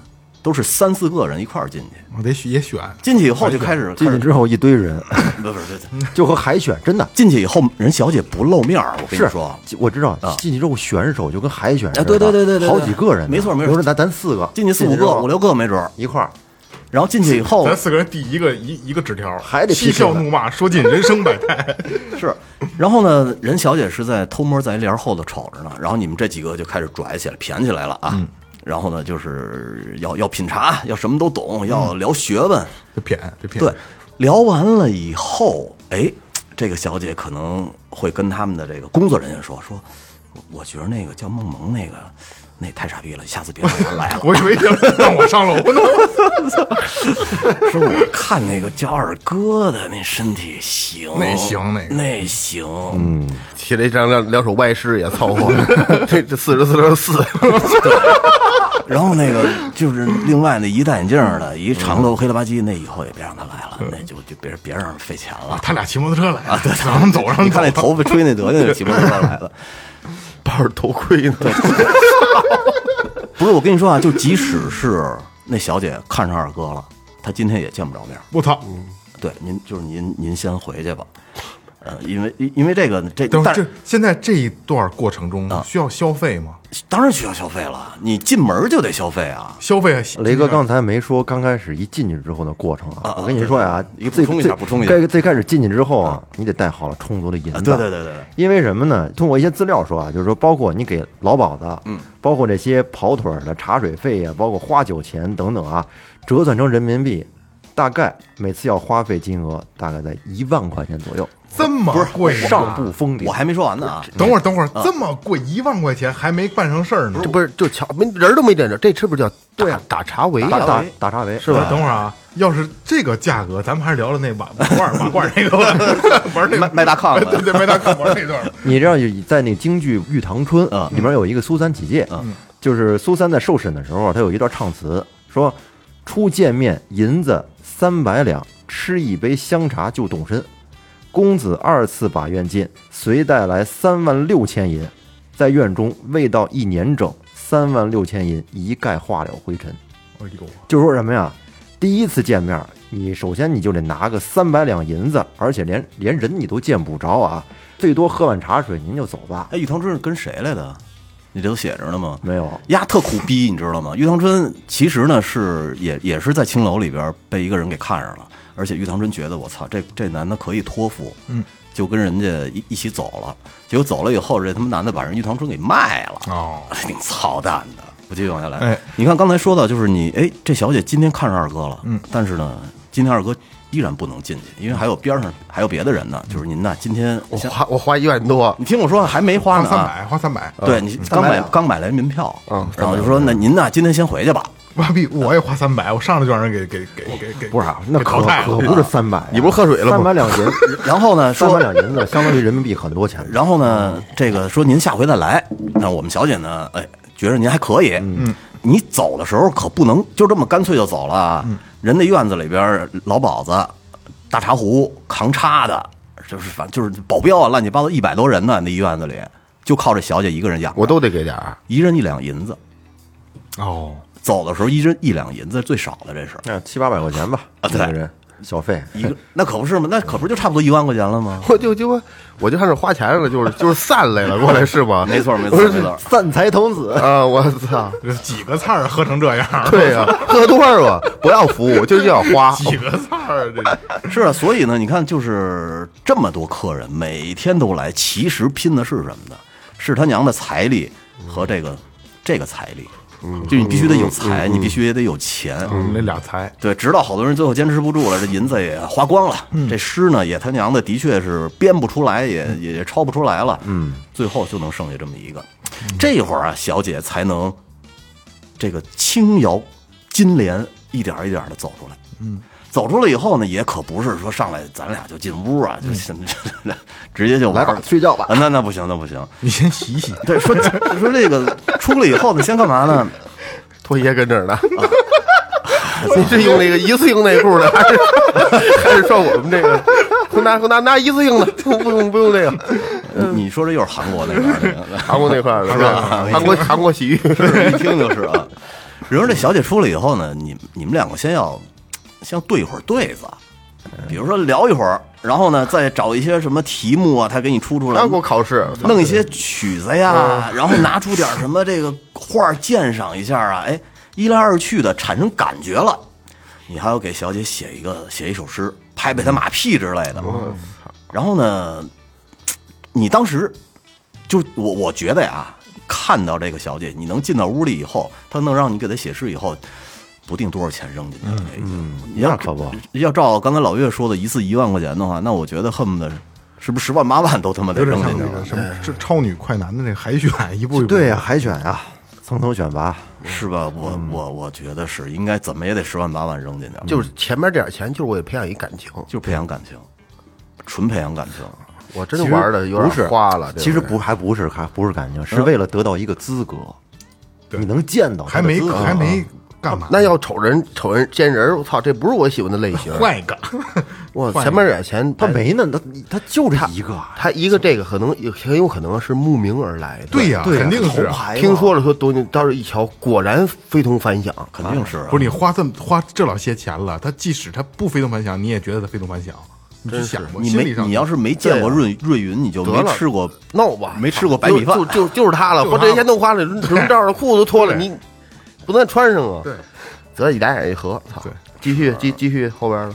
Speaker 6: 都是三四个人一块儿进去。
Speaker 3: 我得选也选，
Speaker 6: 进去以后就开始
Speaker 5: [LAUGHS] [LAUGHS] 进去之后一堆人，
Speaker 6: 开始不是不是不是
Speaker 5: [LAUGHS] 就和海选真的
Speaker 6: 进去以后人小姐不露面儿，我跟
Speaker 5: 是
Speaker 6: 你说，，
Speaker 5: 我知道
Speaker 6: 啊
Speaker 5: 进去之后选手就跟海选似的，
Speaker 6: 哎对对对对对对
Speaker 5: 好几个人呢，
Speaker 6: 没错没错
Speaker 5: 比如说咱咱四个
Speaker 6: 进去四五
Speaker 5: 之
Speaker 6: 个、
Speaker 5: 后
Speaker 6: 五六个没准儿，
Speaker 5: 一块儿，
Speaker 6: 然后进去以后
Speaker 3: 咱四个人递一个一一个纸条，
Speaker 5: 哦还得批
Speaker 3: 嬉
Speaker 5: 评
Speaker 3: 笑
Speaker 5: 他
Speaker 3: 怒骂，说尽人生百
Speaker 5: [LAUGHS]
Speaker 3: 态。
Speaker 6: [LAUGHS] 是， [LAUGHS] 然后呢，人小姐是在偷摸在帘后头瞅着呢，然后你们这几个就开始拽起来、谝起来了啊。然后呢，就是要要品茶，要什么都懂，要聊学问。
Speaker 3: 这骗，这骗，
Speaker 6: 对，聊完了以后，哎，这个小姐可能会跟他们的这个工作人员说说，我我觉得那个叫梦萌那个，那太傻逼了，下次别让他来了。
Speaker 3: 我以为让我上楼呢。
Speaker 6: 说我看那个叫二哥的那身体行，
Speaker 3: 那行那个
Speaker 6: 那行，嗯，
Speaker 4: 写了一张两两首歪诗也凑 [LAUGHS] 合，这这四十四六十四，
Speaker 6: 然后那个就是另外那一戴眼镜儿的，一长头黑了吧唧，那以后也别让他来
Speaker 3: 嗯
Speaker 6: 了，那就就别别让人费钱了。
Speaker 3: 他俩骑摩托车来啊，对，咱们走上
Speaker 6: [LAUGHS] 你看那头发吹那德行，起不出来 [LAUGHS] 了。
Speaker 4: 抱着头盔呢。
Speaker 6: 不是，我跟你说啊，就即使是那小姐看上二哥了，她今天也见不着面儿。
Speaker 3: 我操，
Speaker 6: 对，您就是您，您先回去吧。呃，因为因因为这个这
Speaker 3: 等会
Speaker 6: 但
Speaker 3: 儿这
Speaker 6: 是
Speaker 3: 现在这一段过程中需要消费吗？
Speaker 6: 当然需要消费了，你进门就得消费啊。
Speaker 3: 消费
Speaker 5: 雷哥刚才没说刚开始一进去之后的过程啊，我跟你说呀，
Speaker 6: 你补
Speaker 5: 最
Speaker 6: 充一下
Speaker 5: 最
Speaker 6: 补充一下
Speaker 5: 最最开始进去之后啊，你得带好了充足的银子。
Speaker 6: 啊对对对对对
Speaker 5: 因为什么呢？通过一些资料说啊，就是说包括你给老鸨子，嗯，包括这些跑腿儿的茶水费呀，包括花酒钱等等啊，折算成人民币，大概每次要花费金额大概在一万块钱左右，
Speaker 3: 这么贵吗，
Speaker 5: 上不封顶
Speaker 6: 啊我。还没说完呢啊，
Speaker 3: [LAUGHS] 等会儿等会儿这么贵，一万块钱还没办成事儿呢。
Speaker 4: 这不是就瞧没人都没见着，这是不是叫对啊打茶围
Speaker 5: 打
Speaker 4: 啊？
Speaker 5: 打打茶围
Speaker 3: 是吧？等会儿啊，要是这个价格，咱们还是聊聊那瓦瓦罐儿瓦罐儿那个吧玩那个
Speaker 6: 卖卖大炕的
Speaker 3: 对对，卖大炕玩那段儿。
Speaker 5: 你知道有在那京剧《玉堂春》
Speaker 6: 嗯
Speaker 5: 里面有一个苏三起解，就是苏三在受审的时候，他有一段唱词，说初见面银子三百两，吃一杯香茶就动身。公子二次把院进，随带来三万六千银，在院中未到一年整，三万六千银一概化了灰尘。
Speaker 3: 哎呦，
Speaker 5: 就是说什么呀？第一次见面，你首先你就得拿个三百两银子，而且连连人你都见不着啊，最多喝碗茶水您就走吧。
Speaker 6: 哎，玉堂春是跟谁来的？你这都写着呢吗？
Speaker 5: 没有，
Speaker 6: 丫特苦逼，你知道吗？玉堂春其实呢是也也是在青楼里边被一个人给看上了，而且玉堂春觉得我操，这这男的可以托付，嗯，就跟人家一一起走了。结果走了以后，这他妈男的把人玉堂春给卖了，
Speaker 3: 哦，
Speaker 6: [LAUGHS] 挺操蛋的。我继续往下来，
Speaker 3: 哎，
Speaker 6: 你看刚才说到就是你，哎，这小姐今天看上二哥了，嗯，但是呢，今天二哥依然不能进去，因为还有边上还有别的人呢。就是您呐，今天
Speaker 4: 我
Speaker 6: 先
Speaker 4: 花我花一万多，
Speaker 6: 你听我说，还没
Speaker 3: 花
Speaker 6: 花呢、
Speaker 3: 三
Speaker 6: 啊，嗯
Speaker 3: 百，花三百，
Speaker 6: 对你刚
Speaker 5: 买
Speaker 6: 买
Speaker 5: 了
Speaker 6: 刚买来门票，啊嗯，然后就说那您呐，今天先回去吧。
Speaker 3: 妈逼，我也花三百，我上来就让人给给给给给
Speaker 5: 不是啊，那
Speaker 3: 给
Speaker 5: 可
Speaker 3: 淘汰
Speaker 5: 可
Speaker 3: 了。
Speaker 5: 不是三百、
Speaker 4: 你不是喝水了吗
Speaker 5: 三百两银，
Speaker 6: 然后
Speaker 5: [LAUGHS]
Speaker 6: 呢
Speaker 5: 三
Speaker 6: 说
Speaker 5: 百，两银子相当于人民币很多钱。
Speaker 6: 然后呢这个说您下回再来。那我们小姐呢，哎，觉着您还可以，嗯，你走的时候可不能就这么干脆就走了啊。人那院子里边老鸨子、大茶壶、扛叉的，就是反正就是保镖啊，乱七八糟一百多人呢，那一院子里就靠这小姐一个人养着，
Speaker 4: 我都得给点儿。
Speaker 6: 一人一两银子。
Speaker 3: 哦，
Speaker 6: 走的时候一人一两银子最少的，这是
Speaker 5: 那七八百块钱吧，
Speaker 6: 啊对
Speaker 5: 每个人小费。
Speaker 6: 一个，那可不是嘛，那可不是就差不多一万块钱了吗？
Speaker 4: 我就就我就开始花钱
Speaker 5: [LAUGHS]
Speaker 4: 了，就是就是散来了，过来是吧？
Speaker 6: 没错没错没错，
Speaker 5: 散财童子，
Speaker 4: 啊，我操！
Speaker 3: 这几个菜儿喝成
Speaker 5: [LAUGHS]
Speaker 3: 这样，
Speaker 4: 对呀、喝多少啊？不要服务，就是要花。
Speaker 3: 几个菜儿啊，这
Speaker 6: 是啊，所以呢，你看，就是这么多客人每天都来，其实拼的是什么呢？是他娘的财力和这个这个财力，就你必须得有财，你必须也得有钱。
Speaker 3: 嗯那俩财，
Speaker 6: 对，直到好多人最后坚持不住了，这银子也花光了，这诗呢也他娘的的确是编不出来，也也也抄不出来了，嗯，最后就能剩下这么一个。这会儿啊，小姐才能这个轻摇金莲，一点儿一点的走出来，嗯，走出来以后呢，也可不是说上来咱俩就进屋啊，就现 [LAUGHS] 直接就玩
Speaker 5: 来
Speaker 6: 儿
Speaker 5: 吧，睡觉吧。
Speaker 6: 啊，那那不行，那不行。
Speaker 3: 你先洗洗。
Speaker 6: 对，说 [LAUGHS] 说这个出来以后呢，先干嘛呢？
Speaker 4: 拖鞋跟这 [LAUGHS] 儿呢。你是用那个一次性内裤呢，还是还是说我们这个？给我拿给我拿拿一次性的，不用不用这个，
Speaker 6: 呃你说这又是韩国那边儿那个。
Speaker 4: 韩国那块儿的是吧？韩国韩国洗浴，
Speaker 6: 是一听就是啊。然后这小姐出来以后呢，你你们两个先要先对一会儿对子，比如说聊一会儿，然后呢再找一些什么题目啊，他给你出出来
Speaker 4: 韩，国考试，
Speaker 6: 弄一些曲子呀，然后拿出点什么这个画儿鉴赏一下啊，哎，一来二去的产生感觉了，你还要给小姐写一个写一首诗，拍拍她马屁之类的。然后呢，你当时就我我觉得呀，看到这个小姐，你能进到屋里以后，她能让你给她写诗以后，不定多少钱扔进去了。嗯，你要
Speaker 5: 那可不，
Speaker 6: 要照刚才老岳说的一次一万块钱的话，那我觉得恨不得是不是十万八万都他妈得
Speaker 3: 有点
Speaker 6: 扔
Speaker 3: 像
Speaker 6: 进去
Speaker 3: 那
Speaker 6: 了
Speaker 3: 个，什么，这超女快男的那个海选，一步一步。
Speaker 5: 对呀、，海选呀、层层选拔。
Speaker 6: 是吧？我我我觉得是应该怎么也得十万八万扔进去，就
Speaker 4: 就是前面这点钱，就是为了培养一感情。
Speaker 6: 就培养感情，纯培养感情。
Speaker 4: 我真的玩的有
Speaker 5: 不是
Speaker 4: 点花了，
Speaker 5: 其实不还不是还不是感情，是
Speaker 4: 嗯
Speaker 5: 为了得到一个资格，你能见到他
Speaker 3: 还
Speaker 5: 的
Speaker 3: 没
Speaker 5: 资格
Speaker 6: 啊
Speaker 3: 还没干嘛？
Speaker 4: 啊那要瞅人瞅人见人，我操，这不是我喜欢的类型。
Speaker 3: 换一个，换
Speaker 4: 我
Speaker 3: 一个
Speaker 4: 前面这点钱，
Speaker 5: 他没呢，他他就这一个，啊
Speaker 4: 他一个这个可能有很有可能是慕名而来的。
Speaker 3: [LAUGHS] 对呀，肯定是啊。
Speaker 5: 牌嘛
Speaker 4: 听说了说东西，到时候一瞧，果然非同凡响。
Speaker 6: 肯定是啊、
Speaker 3: 不是你花这么花这老些钱了，他即使他不非同凡响，你也觉得他非同凡响。你去想过，
Speaker 6: 你
Speaker 3: 心理
Speaker 6: 没
Speaker 3: 上啊
Speaker 6: 你要是没见过润润云，你就
Speaker 4: 得
Speaker 6: 没
Speaker 4: 了
Speaker 6: 吃过
Speaker 4: 闹吧，
Speaker 6: 没吃过白米饭
Speaker 4: 就就就是他了，
Speaker 3: 就是
Speaker 4: 我
Speaker 3: 他
Speaker 4: 这些钱都
Speaker 3: [LAUGHS]
Speaker 4: 花了，轮罩的裤子都脱了，
Speaker 3: 对
Speaker 4: 你不能穿上啊？
Speaker 3: 对，
Speaker 4: 择一俩眼一合，操
Speaker 3: 对！
Speaker 4: 继续继继续后边了，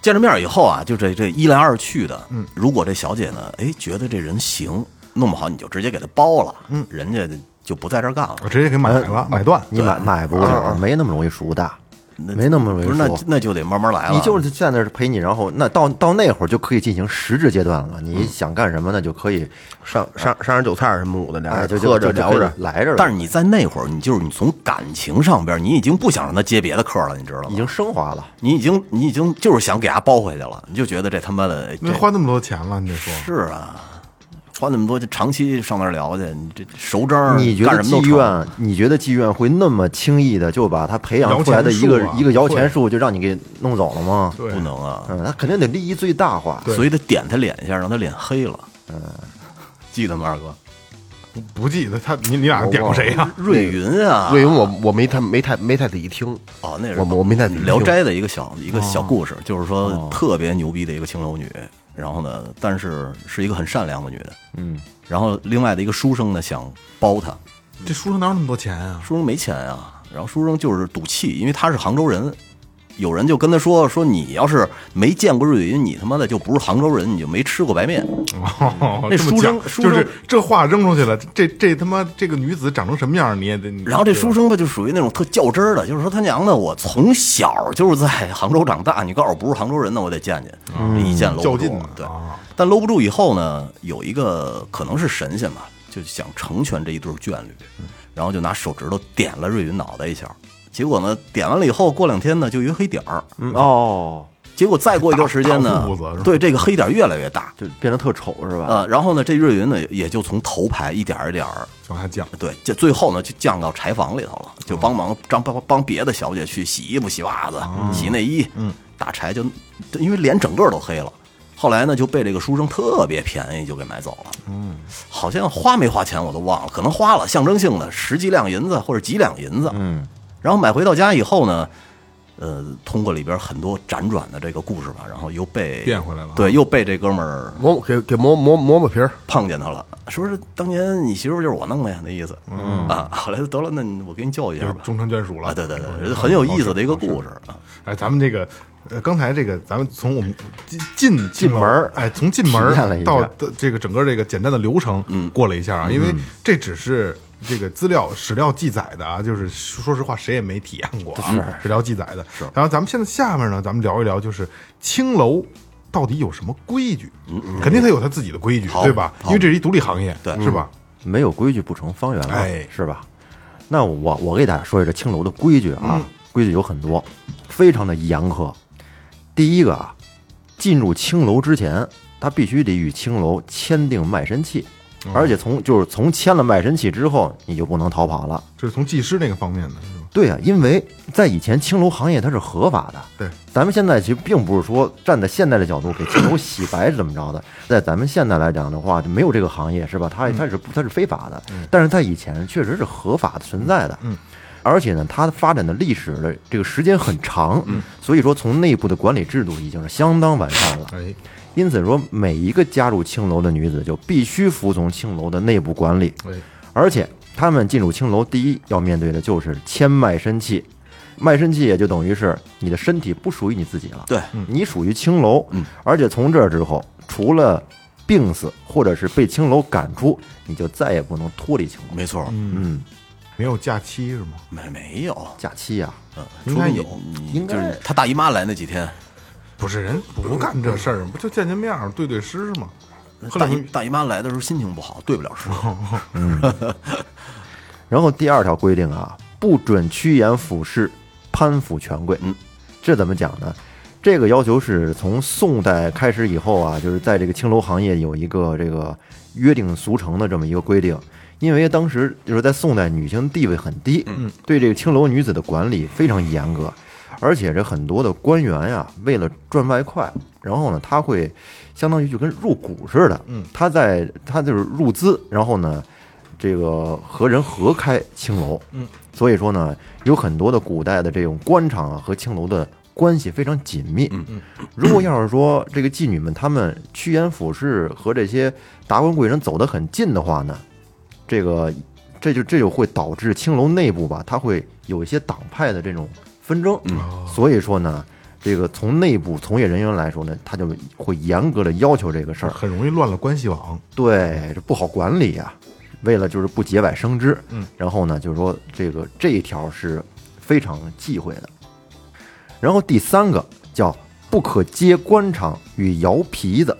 Speaker 6: 见着面以后啊，就这这一来二去的，嗯，如果这小姐呢，哎，觉得这人行，弄不好你就直接给她包了，嗯，人家就不在这儿干了
Speaker 3: 我。直接给买
Speaker 6: 嗯
Speaker 3: 了，买断。
Speaker 5: 你买买
Speaker 4: 嗯
Speaker 5: 不了，没那么容易熟的，没那么容易
Speaker 6: 不是那
Speaker 5: 熟。
Speaker 6: 那就得慢慢来了。
Speaker 5: 你就是在那儿陪你，然后那到到那会儿就可以进行实质阶段了。
Speaker 4: 嗯
Speaker 5: 你想干什么，那就可以，
Speaker 4: 上
Speaker 3: 啊
Speaker 4: 上上上酒菜什么的，俩
Speaker 5: 哎，
Speaker 4: 人
Speaker 5: 就
Speaker 4: 喝
Speaker 5: 就就
Speaker 4: 着聊着，
Speaker 5: 来着了。
Speaker 6: 但是你在那会儿，你就是你从感情上边，你已经不想让他接别的课了，你知道
Speaker 5: 已
Speaker 6: 吗？
Speaker 5: 经升华了，
Speaker 6: 你已经你已经就是想给他包回去了，你就觉得这他妈的
Speaker 3: 那
Speaker 6: 这
Speaker 3: 花那么多钱了，你就说
Speaker 6: 是啊，花那么多，长期上那儿聊去，你这熟招儿
Speaker 5: 你觉
Speaker 6: 干
Speaker 5: 得
Speaker 6: 什么
Speaker 5: 妓
Speaker 6: 都成
Speaker 5: 院，你觉得妓院会那么轻易的就把他培养出来的一
Speaker 3: 摇
Speaker 5: 个
Speaker 3: 钱树啊
Speaker 5: 一个摇钱树就让你给弄走了吗？
Speaker 3: 对
Speaker 6: 不能啊，
Speaker 5: 嗯，他肯定得利益最大化。
Speaker 6: 所以得点他脸一下，让他脸黑了。嗯，记得吗，二哥？
Speaker 3: 不不记得他，你你俩点过谁呀？
Speaker 6: 瑞云啊，
Speaker 4: 瑞云我我没太没太没太仔细听，
Speaker 6: 哦，那是
Speaker 4: 我我没太理解
Speaker 6: 聊斋》的一个小一个小故事，就是说特别牛逼的一个青楼女，然后呢，但是是一个很善良的女的，嗯，然后另外的一个书生呢想包她，
Speaker 3: 这书生哪有那么多钱啊？
Speaker 6: 书生没钱啊，然后书生就是赌气，因为他是杭州人。有人就跟他说：“说你要是没见过瑞云，你他妈的就不是杭州人，你就没吃过白面。
Speaker 3: 哦，
Speaker 6: 那
Speaker 3: 这么
Speaker 6: 书
Speaker 3: 讲
Speaker 6: 生书
Speaker 3: 就是
Speaker 6: 生
Speaker 3: 这话扔出去了，这这他妈这个女子长成什么样，你也得。你
Speaker 6: 然后这书生他就属于那种特较真儿的，就是说他娘的，我从小就是在杭州长大，你告诉我不是杭州人，那我得见见，一见
Speaker 3: 嗯
Speaker 6: 搂不
Speaker 3: 较
Speaker 6: 住
Speaker 3: 劲呢。
Speaker 6: 对
Speaker 3: 啊，
Speaker 6: 但搂不住以后呢，有一个可能是神仙吧，就想成全这一对眷侣，然后就拿手指头点了瑞云脑袋一下，结果呢，点完了以后，过两天呢，就一个黑点儿，
Speaker 5: 嗯哦，
Speaker 6: 结果再过一段时间
Speaker 3: 大
Speaker 6: 呢
Speaker 3: 胡子是吧，
Speaker 6: 对这个黑点儿越来越大，
Speaker 5: 就变得特丑是吧？
Speaker 6: 呃，然后呢，这瑞云呢也就从头牌一点儿一点儿
Speaker 3: 往下讲，
Speaker 6: 对，这最后呢就降到柴房里头了，就帮忙帮帮帮别的小姐去洗衣服、洗袜子、
Speaker 3: 哦
Speaker 6: 洗内衣，嗯，打柴就因为脸整个都黑了。后来呢，就被这个书生特别便宜就给买走了。嗯，好像花没花钱我都忘了，可能花了象征性的十几两银子或者几两银子。嗯，然后买回到家以后呢，呃，通过里边很多辗转的这个故事吧，然后又被
Speaker 3: 变回来了
Speaker 6: 对，又被这哥们儿
Speaker 4: 磨给给磨磨磨磨皮儿，
Speaker 6: 碰见他了，说是当年你媳妇儿就是我弄的呀，那意思。嗯啊，后来得了，那我给你教育一
Speaker 3: 就
Speaker 6: 下
Speaker 3: 是
Speaker 6: 吧。
Speaker 3: 终成眷属了。
Speaker 6: 啊，对对对，很有意思的一个故事啊。
Speaker 3: 哎，咱们这个，呃，刚才这个，咱们从我们进进进
Speaker 5: 门儿
Speaker 3: 哎，从进门
Speaker 5: 体验了一
Speaker 3: 儿
Speaker 5: 下
Speaker 3: 到的这个整个这个简单的流程，嗯，过了一下啊，因为这只是这个资料史料记载的啊，就是说实话谁也没体验过啊，史料记载的。是，然后咱们现在下面呢，咱们聊一聊就是青楼。到底有什么规矩？肯定它有它自己的规矩，对吧？因为这是一独立行业，嗯对，是嗯吧？
Speaker 5: 没有规矩不成方圆嘛，
Speaker 3: 哎
Speaker 5: 是吧？那我我给大家说一下这青楼的规矩啊，
Speaker 3: 嗯
Speaker 5: 规矩有很多，非常的严苛。第一个啊，进入青楼之前，他必须得与青楼签订卖身契，
Speaker 3: 哦
Speaker 5: 而且从就是从签了卖身契之后，你就不能逃跑了。
Speaker 3: 这是从技师那个方面的，是吧？
Speaker 5: 对啊，因为在以前青楼行业它是合法的。
Speaker 3: 对，
Speaker 5: 咱们现在其实并不是说站在现代的角度给青楼洗白是怎么着的，在咱们现在来讲的话，就没有这个行业是吧？它它是它是非法的，但是在以前确实是合法的存在的。嗯。而且呢，它发展的历史的这个时间很长，所以说从内部的管理制度已经是相当完善了。
Speaker 3: 哎，
Speaker 5: 因此说，每一个加入青楼的女子就必须服从青楼的内部管理
Speaker 3: 对，
Speaker 5: 而且她们进入青楼，第一要面对的就是签卖身契。卖身契也就等于是你的身体不属于你自己了，
Speaker 6: 对，
Speaker 5: 你属于青楼，而且从这儿之后，除了病死或者是被青楼赶出，你就再也不能脱离青楼。
Speaker 6: 没错，
Speaker 5: 嗯，
Speaker 3: 没有假期是吗？
Speaker 6: 没没有，
Speaker 5: 假期啊呀、
Speaker 6: 嗯，
Speaker 3: 应
Speaker 6: 除
Speaker 3: 该
Speaker 6: 非
Speaker 3: 有
Speaker 6: 有，
Speaker 5: 应该
Speaker 6: 就是他大姨妈来那几天，
Speaker 3: 不是人不干这事儿，不就见见面儿对对诗吗？后
Speaker 6: 大
Speaker 3: 来哦
Speaker 6: 姨大姨妈来的时候心情不好，对不了事。
Speaker 5: 然后第二条规定啊，不准趋炎附势、攀附权贵。
Speaker 6: 嗯，
Speaker 5: 这怎么讲呢？这个要求是从宋代开始以后啊，就是在这个青楼行业有一个这个约定俗成的这么一个规定。因为当时就是在宋代，女性地位很低，嗯，对这个青楼女子的管理非常严格，而且这很多的官员呀，为了赚外快，然后呢，他会相当于就跟入股似的，嗯，他在他就是入资，然后呢，这个和人合开青楼，嗯，所以说呢，有很多的古代的这种官场啊和青楼的关系非常紧密。如果要是说这个妓女们她们趋炎附势和这些达官贵人走得很近的话呢，这个这就这就会导致青楼内部吧，它会有一些党派的这种纷争。所以说呢，这个从内部从业人员来说呢，他就会严格的要求这个事儿。
Speaker 3: 很容易乱了关系网。
Speaker 5: 对，这不好管理呀、为了就是不节外生枝，嗯，然后呢，就是说这个这一条是非常忌讳的。然后第三个叫不可接官场与摇皮子。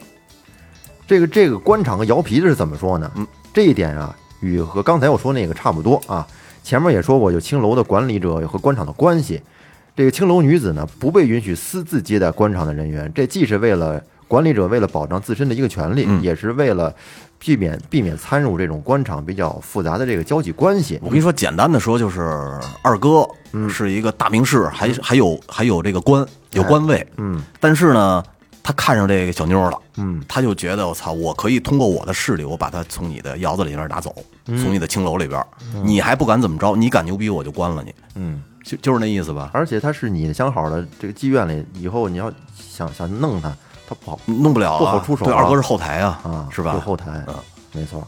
Speaker 5: 这个这个官场和摇皮子是怎么说呢？嗯，这一点啊，与和刚才我说那个差不多啊。前面也说过，有青楼的管理者和官场的关系。这个青楼女子呢，不被允许私自接待官场的人员，这既是为了管理者为了保障自身的一个权利，也是为了避免避免参入这种官场比较复杂的这个交际关系。
Speaker 6: 我跟你说，简单的说就是二哥
Speaker 3: 嗯
Speaker 6: 是一个大名士，还还有还有这个官，有
Speaker 3: 哎
Speaker 6: 官位，嗯，但是呢，他看上这个小妞了，嗯，他就觉得我操，我可以通过我的势力，我把她从你的窑子里面拿走，从你的青楼里边，你还不敢怎么着，你敢牛逼我就关了你，嗯，就就是那意思吧，
Speaker 5: 而且他是你想好了，这个妓院里以后你要想想弄他，他不好
Speaker 6: 弄不了啊，
Speaker 5: 不好出手啊
Speaker 6: 对，二哥是后台啊，
Speaker 5: 啊，
Speaker 6: 是吧？
Speaker 5: 有后台，
Speaker 6: 嗯，
Speaker 5: 没错。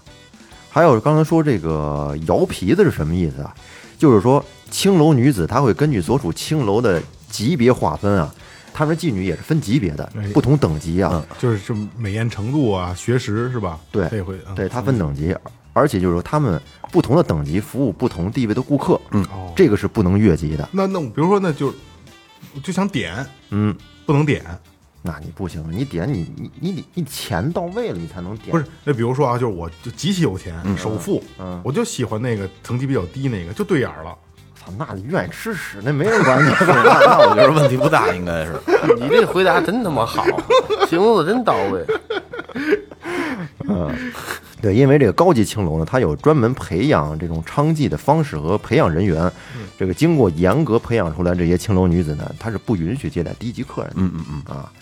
Speaker 5: 还有刚才说这个摇皮子是什么意思啊？就是说青楼女子她会根据所属青楼的级别划分啊，她们妓女也是分级别的
Speaker 3: 哎，
Speaker 5: 不同等级啊，
Speaker 3: 就是这美艳程度啊，学识是吧？
Speaker 5: 对
Speaker 3: 这回嗯
Speaker 5: 对它分等级，而且就是说她们不同的等级服务不同地位的顾客，嗯
Speaker 3: 哦
Speaker 5: 这个是不能越级的。
Speaker 3: 那那我比如说，那就我就想点，
Speaker 5: 嗯，
Speaker 3: 不能点，
Speaker 5: 那你不行，你点你你你你你钱到位了，你才能点。
Speaker 3: 不是，那比如说啊，就是我就极其有钱，
Speaker 5: 嗯
Speaker 3: 首富，我就喜欢那个层级比较低那个，就对眼儿了。
Speaker 5: 操，那你愿意吃屎，那没人管 [LAUGHS] 你。
Speaker 6: [LAUGHS] 那那我觉得问题不大，应该是。
Speaker 4: 你这回答真他妈 [LAUGHS] 好，形容的真到位。
Speaker 5: 对，因为这个高级青楼呢，它有专门培养这种娼妓的方式和培养人员。这个经过严格培养出来这些青楼女子呢，她是不允许接待低级客人的。嗯嗯嗯啊，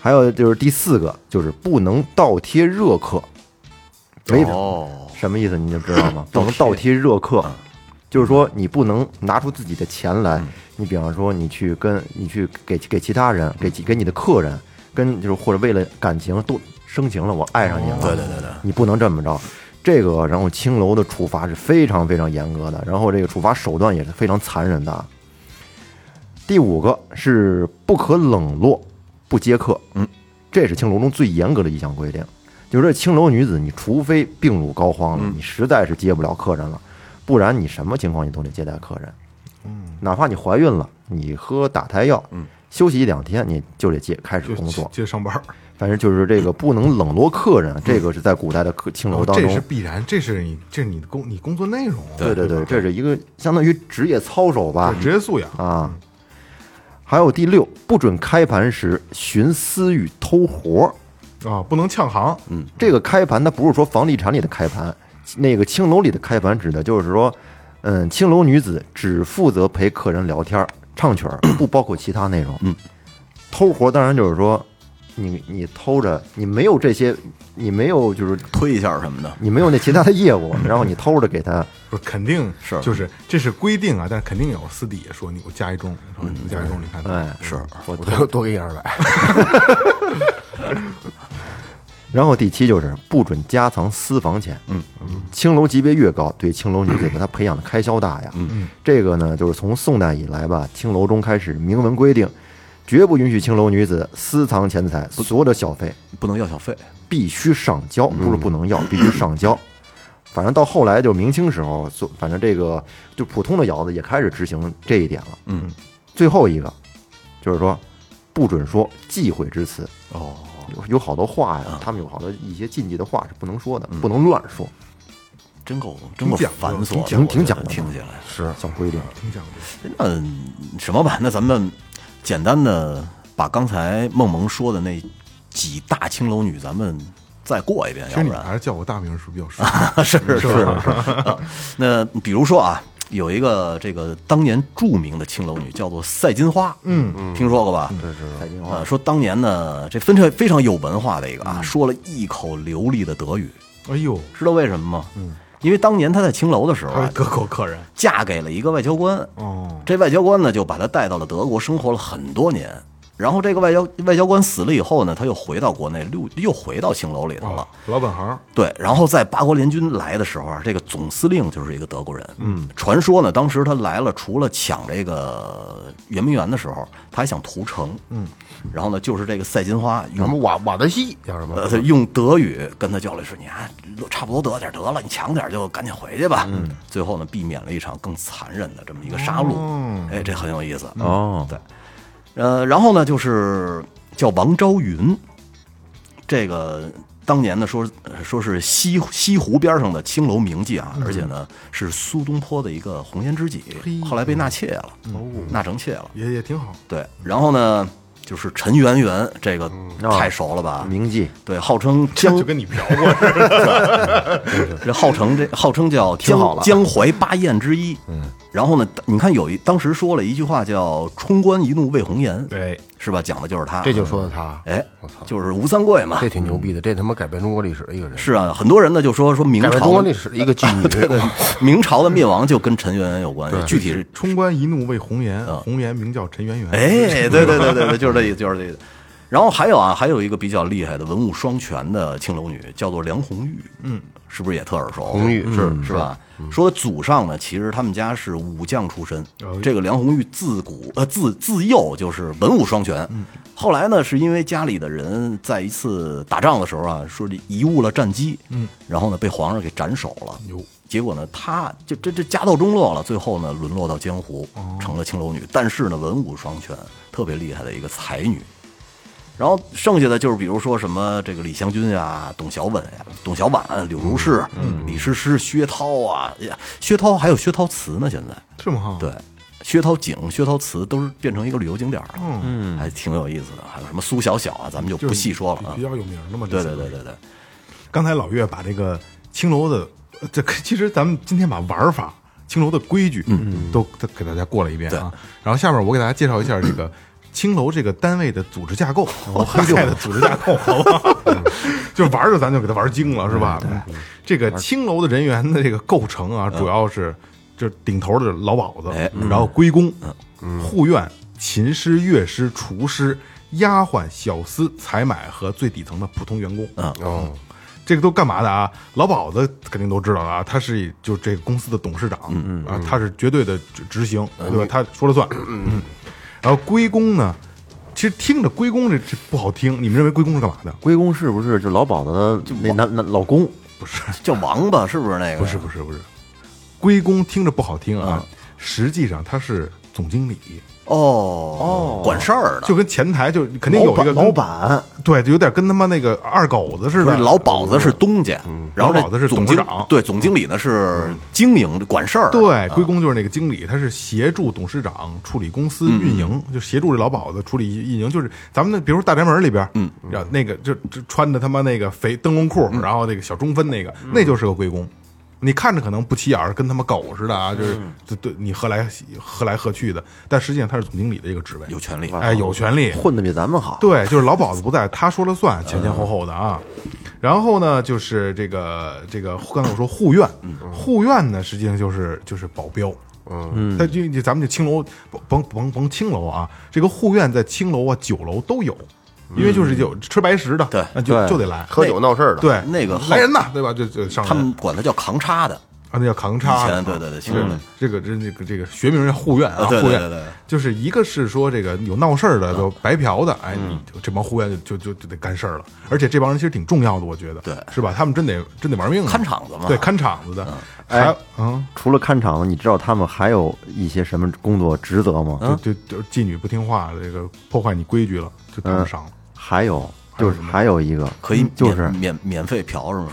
Speaker 5: 还有就是第四个，就是不能倒贴热客。没
Speaker 6: 哦，
Speaker 5: 什么意思，你就知道吗？不能 [LAUGHS] 倒贴嗯热客，就是说你不能拿出自己的钱来。你比方说，你去跟你去给给其他人，给其给你的客人，跟就是或者为了感情都生情了，我爱上你了。嗯对对对对，你不能这么着。这个，然后青楼的处罚是非常非常严格的，然后这个处罚手段也是非常残忍的啊。第五个是不可冷落，不接客。嗯，这是青楼中最严格的一项规定，就是这青楼女子，你除非病入膏肓
Speaker 3: 嗯
Speaker 5: 了，你实在是接不了客人了，不然你什么情况你都得接待客人。嗯，哪怕你怀孕了，你喝打胎药，嗯，休息一两天，你就得接开始
Speaker 3: 就
Speaker 5: 工作。
Speaker 3: 接上班儿，
Speaker 5: 反正就是这个不能冷落客人，这个是在古代的客青楼当
Speaker 3: 哦这
Speaker 5: 中
Speaker 3: 是必然，这是你这是你的工你工作内容，
Speaker 5: 对对对，这是一个相当于职业操守吧
Speaker 3: 对，职业素养。
Speaker 5: 啊。还有第六，不准开盘时徇私欲偷活儿。
Speaker 3: 啊，不能呛行。
Speaker 5: 嗯，这个开盘它不是说房地产里的开盘，那个青楼里的开盘指的就是说，嗯，青楼女子只负责陪客人聊天儿、唱曲儿， [CLEARS THROAT] 不包括其他内容。嗯，偷活儿当然就是说，你你偷着，你没有这些，你没有就是
Speaker 6: 推一下什么的，
Speaker 5: 你没有那其他的业 [LAUGHS] 务，然后你偷着给他，
Speaker 3: 不是肯定
Speaker 6: 是
Speaker 3: 就是这是规定啊，但是肯定有私底下说你给我加一中，说你给我加一中，你看
Speaker 5: 哎，
Speaker 6: 是
Speaker 4: 我多多给你二百，
Speaker 5: 然后第七就是不准夹藏私房钱。嗯，青楼级别越高，对青楼女子她培养的开销大呀。嗯，这个呢，就是从宋代以来吧，青楼中开始明文规定，绝不允许青楼女子私藏钱财，所有的小费
Speaker 6: 不能要小费。
Speaker 5: 必须上交，不是不能要，必须上交。反正到后来就是明清时候，所反正这个就普通的窑子也开始执行这一点了。
Speaker 6: 嗯，
Speaker 5: 最后一个就是说，不准说忌讳之词。
Speaker 6: 哦，
Speaker 5: 有有好多话呀，他们有好多一些禁忌的话是不能说的，不能乱说，
Speaker 6: 真够真够
Speaker 3: 挺讲究
Speaker 6: 繁琐的，
Speaker 5: 挺
Speaker 6: 我觉
Speaker 5: 挺
Speaker 6: 得
Speaker 5: 讲究的
Speaker 6: 听起来
Speaker 5: 是小规定。
Speaker 3: 挺讲究。
Speaker 6: 那什么吧，那咱们简单的把刚才梦萌说的那几大青楼女，咱们再过一遍，
Speaker 3: 其
Speaker 6: 要
Speaker 3: 实
Speaker 6: 不
Speaker 3: 你
Speaker 6: 然
Speaker 3: 还是叫我大名是比较 [LAUGHS] 舒
Speaker 6: 是啊 [LAUGHS] 是是
Speaker 3: 吧
Speaker 6: 啊那比如说啊，有一个这个当年著名的青楼女叫做赛金花，嗯，听说过吧？对是赛金花、说当年呢，这非常非嗯常有文化的一个啊，说了一口流利的德语，
Speaker 3: 服。哎呦，
Speaker 6: 知道为什么吗？嗯，因为当年她在青楼的时候
Speaker 3: 他
Speaker 6: 啊
Speaker 3: 是，德国客人，
Speaker 6: 嫁给了一个外交官。
Speaker 3: 哦，
Speaker 6: 这外交官呢，就把她带到了德国，生活了很多年。然后这个外交外交官死了以后呢，他又回到国内，又又回到青楼里头了
Speaker 3: 哦。，老本行，
Speaker 6: 对，然后在八国联军来的时候啊，这个总司令就是一个德国人。嗯，传说呢，当时他来了，除了抢这个圆明园的时候，他还想屠城。嗯，然后呢，就是这个赛金花
Speaker 4: 什么
Speaker 6: 用
Speaker 4: 瓦瓦德西叫什么？
Speaker 6: 呃他用德语跟他叫了说：“你啊，差不多得点得了，你抢点就赶紧回去吧。”嗯，最后呢，避免了一场更残忍的这么一个杀戮。哎，这很有意思。
Speaker 5: 哦，
Speaker 6: 对，呃，然后呢，就是叫王昭云，这个当年呢说说是西西湖边上的青楼名妓啊，而且呢是苏东坡的一个红颜知己，后来被纳妾了，纳成妾了。
Speaker 3: 也也挺好，
Speaker 6: 对，然后呢就是陈圆圆，这个太熟了吧？
Speaker 5: 铭记
Speaker 6: 对，号称
Speaker 3: [LAUGHS] [LAUGHS]
Speaker 6: 江
Speaker 3: 就跟你嫖过似的。
Speaker 6: 这号称这号称叫江江淮八艳之一。嗯，然后呢，你看有一当时说了一句话叫“冲冠一怒为红颜”，
Speaker 3: 对，
Speaker 6: 是吧？讲的就是他。
Speaker 4: 这就说的他，
Speaker 6: 哎，就是吴三桂嘛
Speaker 4: 这。挺牛逼的，这他妈改变中国历史的一个人，
Speaker 6: 是啊，很多人呢就说说明
Speaker 4: 改变中
Speaker 6: 朝
Speaker 4: 国历史的一个妓女。 [LAUGHS] 对对，
Speaker 6: 明朝的灭亡就跟陈圆圆有关系，具体是
Speaker 3: 冲冠一怒为红颜，红颜名叫陈圆圆。
Speaker 6: 嗯哎，对对对对对，就是这意思，就是这意思。然后还有啊，还有一个比较厉害的文武双全的青楼女，叫做梁红玉，嗯，是不是也特耳熟？
Speaker 4: 红玉嗯是
Speaker 6: 是吧？说祖上呢，其实他们家是武将出身。这个梁红玉自古呃自自幼就是文武双全。后来呢，是因为家里的人在一次打仗的时候啊，说贻误了战机，嗯，然后呢被皇上给斩首了。结果呢，他就这这家道中落了，最后呢沦落到江湖，成了青楼女。但是呢，文武双全，特别厉害的一个才女。然后剩下的就是比如说什么这个李香君啊、董小宛呀、董小宛、柳如是、
Speaker 3: 嗯
Speaker 6: 李师师、薛涛啊，哎呀，薛涛还有薛涛词呢，现在
Speaker 3: 是吗？
Speaker 6: 对，薛涛景、薛涛词都是变成一个旅游景点了，嗯，还挺有意思的。还有什么苏小小啊，咱们就
Speaker 3: 就是
Speaker 6: 不细说了啊
Speaker 3: 比比。较有名的嘛。
Speaker 6: 对
Speaker 3: 这
Speaker 6: 对
Speaker 3: 些
Speaker 6: 对对对，
Speaker 3: 刚才老岳把这个青楼的，呃这 [LAUGHS] 其实咱们今天把玩法、青楼的规矩，嗯，都都给大家过了一遍啊。然后下面我给大家介绍一下这 [COUGHS] 个青楼这个单位的组织架构， [LAUGHS] 大概的组织架构，哦 [LAUGHS] 好吧？嗯就玩着咱就给他玩精了，是吧？这个青楼的人员的这个构成啊，主要是就是顶头的老鸨
Speaker 6: 哎
Speaker 3: 子，然后龟公、护院、琴师、乐师、厨师。丫鬟、小厮、采买和最底层的普通员工，哦，这个都干嘛的啊？老鸨子肯定都知道了啊，他是以就这个公司的董事长，嗯嗯啊，他是绝对的执执行，对吧？他说了算，嗯嗯。然后龟公呢，其实听着龟公这这不好听，你们认为龟公是干嘛的？
Speaker 5: 龟公是不是就老鸨子的那男男老公？
Speaker 6: 叫王八是不是那个？
Speaker 3: 不是不是不是，龟公听着不好听啊，实际上他是总经理，
Speaker 6: 哦哦，管事儿的，
Speaker 3: 就跟前台就肯定有一个跟
Speaker 5: 老板，
Speaker 3: 对，就有点跟他妈那个二狗子似
Speaker 6: 不
Speaker 3: 的，
Speaker 6: 是老鸨子是东家，然后这
Speaker 3: 嗯老鸨子是
Speaker 6: 总
Speaker 3: 董事
Speaker 6: 经
Speaker 3: 长
Speaker 6: 对总经理呢是经营管事儿的，啊
Speaker 3: 对，龟公就是那个经理，他是协助董事长处理公
Speaker 6: 嗯
Speaker 3: 司运营，就协助这老鸨子处理运营。就是咱们那，比如说《大宅门》里边，嗯，然后那个就就穿着他妈那个肥灯笼
Speaker 6: 嗯
Speaker 3: 裤，然后那个小中分那个，那就是个龟公。你看着可能不起眼儿，跟他妈狗似的
Speaker 6: 嗯
Speaker 3: 啊，就是对对，你何来何来何去的？但实际上他是总经理的一个职位，
Speaker 6: 有权利
Speaker 3: 哎，有权利，
Speaker 5: 混的比咱们好。
Speaker 3: 对，就是老鸨子不在，他说了算，前前后后的啊。然后呢，就是这个这个，刚才我说护院，
Speaker 6: 嗯
Speaker 3: 护院呢，实际上就是就是保镖。嗯，他就就咱们就青楼，甭甭甭青楼啊，这个护院在青楼啊、酒楼都有，因为就是有吃白食的，
Speaker 6: 嗯对
Speaker 3: 那就就得来，
Speaker 4: 喝酒闹事儿的，
Speaker 3: 对，
Speaker 6: 那个
Speaker 3: 来人呐，对吧？就就上来
Speaker 6: 他们管他叫扛叉的，
Speaker 3: 啊，那叫扛
Speaker 6: 以
Speaker 3: 叉的，
Speaker 6: 前对对对，其实
Speaker 3: 嗯，这个这这个这个学名叫护院啊，
Speaker 6: 啊对
Speaker 3: 护
Speaker 6: 对
Speaker 3: 院
Speaker 6: 对对嗯对
Speaker 3: 就是一个是说这个有闹事儿的，就白嫖的，
Speaker 6: 嗯
Speaker 3: 哎，你就这帮护院就就就就得干事儿了，而且这帮人其实挺重要的，我觉得，
Speaker 6: 对
Speaker 3: 是吧？他们真得真得玩命啊，
Speaker 6: 看场子嘛
Speaker 3: 对，看场子的，还
Speaker 5: 哎
Speaker 3: 有嗯，
Speaker 5: 除了看场子，你知道他们还有一些什么工作职责吗？
Speaker 3: 就就就妓女不听话，这个破坏你规矩了，就他们
Speaker 5: 嗯
Speaker 3: 上了，
Speaker 5: 还有就是还有一个
Speaker 6: 可以免
Speaker 5: 嗯就是
Speaker 6: 免免费嫖是吗？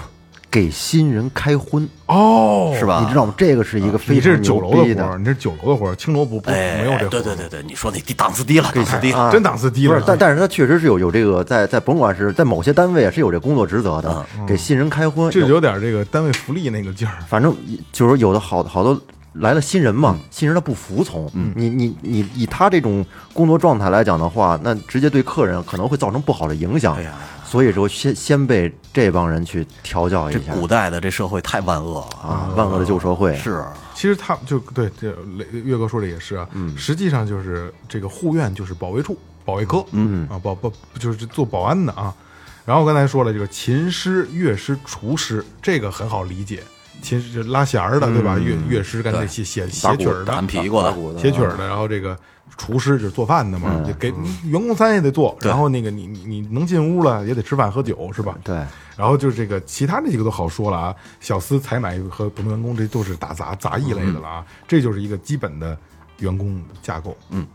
Speaker 5: 给新人开荤，
Speaker 3: 哦，
Speaker 6: 是吧？
Speaker 5: 哎你知道吗？这个是一个
Speaker 3: 啊
Speaker 5: 非
Speaker 3: 你这是
Speaker 5: 常
Speaker 3: 酒
Speaker 5: 牛
Speaker 3: 楼
Speaker 5: 逼
Speaker 3: 活儿，你这是酒楼的活儿，青楼不不
Speaker 6: 哎，
Speaker 3: 没有这活儿，
Speaker 6: 对对对对，你说那低档次低了，档次低了，
Speaker 5: 啊
Speaker 3: 真档次低
Speaker 5: 不
Speaker 3: 了
Speaker 5: 是，，但但是他确实是有有这个在在甭管是在某些单位啊是有这工作职责的，给新人开荤，
Speaker 3: 啊嗯这
Speaker 5: 有
Speaker 3: 有点这个单位福利那个劲儿，
Speaker 5: 反正就是有的好好多来了新人嘛，新人他不服从，你你你以他这种工作状态来讲的话，那直接对客人可能会造成不好的影响。
Speaker 6: 哎呀
Speaker 5: 所以说先先被这帮人去调教一
Speaker 6: 这
Speaker 5: 下
Speaker 6: 古代的这社会太万恶了，
Speaker 5: 啊，万恶的旧社会
Speaker 6: 是
Speaker 3: 其实他们就对这雷岳哥说的也是啊，
Speaker 6: 嗯
Speaker 3: 实际上就是这个护院就是保卫处、保卫科，嗯啊保保就是做保安的啊。然后刚才说了，这个琴师、乐师、厨师，这个很好理解，琴师就是拉弦儿的，对吧？乐乐师干那写写
Speaker 6: 嗯
Speaker 3: 写
Speaker 6: 打鼓
Speaker 3: 曲儿的，啊
Speaker 6: 弹皮过的，
Speaker 3: 写曲儿的，然后这个厨师就是做饭的
Speaker 6: 嗯
Speaker 3: 嘛，就给员工餐也得做，然后那个你你你能进屋了也得吃饭喝酒是吧？
Speaker 5: 对。
Speaker 3: 然后就是这个其他那几个都好说了啊，小厮、采买和普通员工这都是打杂杂役类的了啊，这就是一个基本的员工架构。嗯，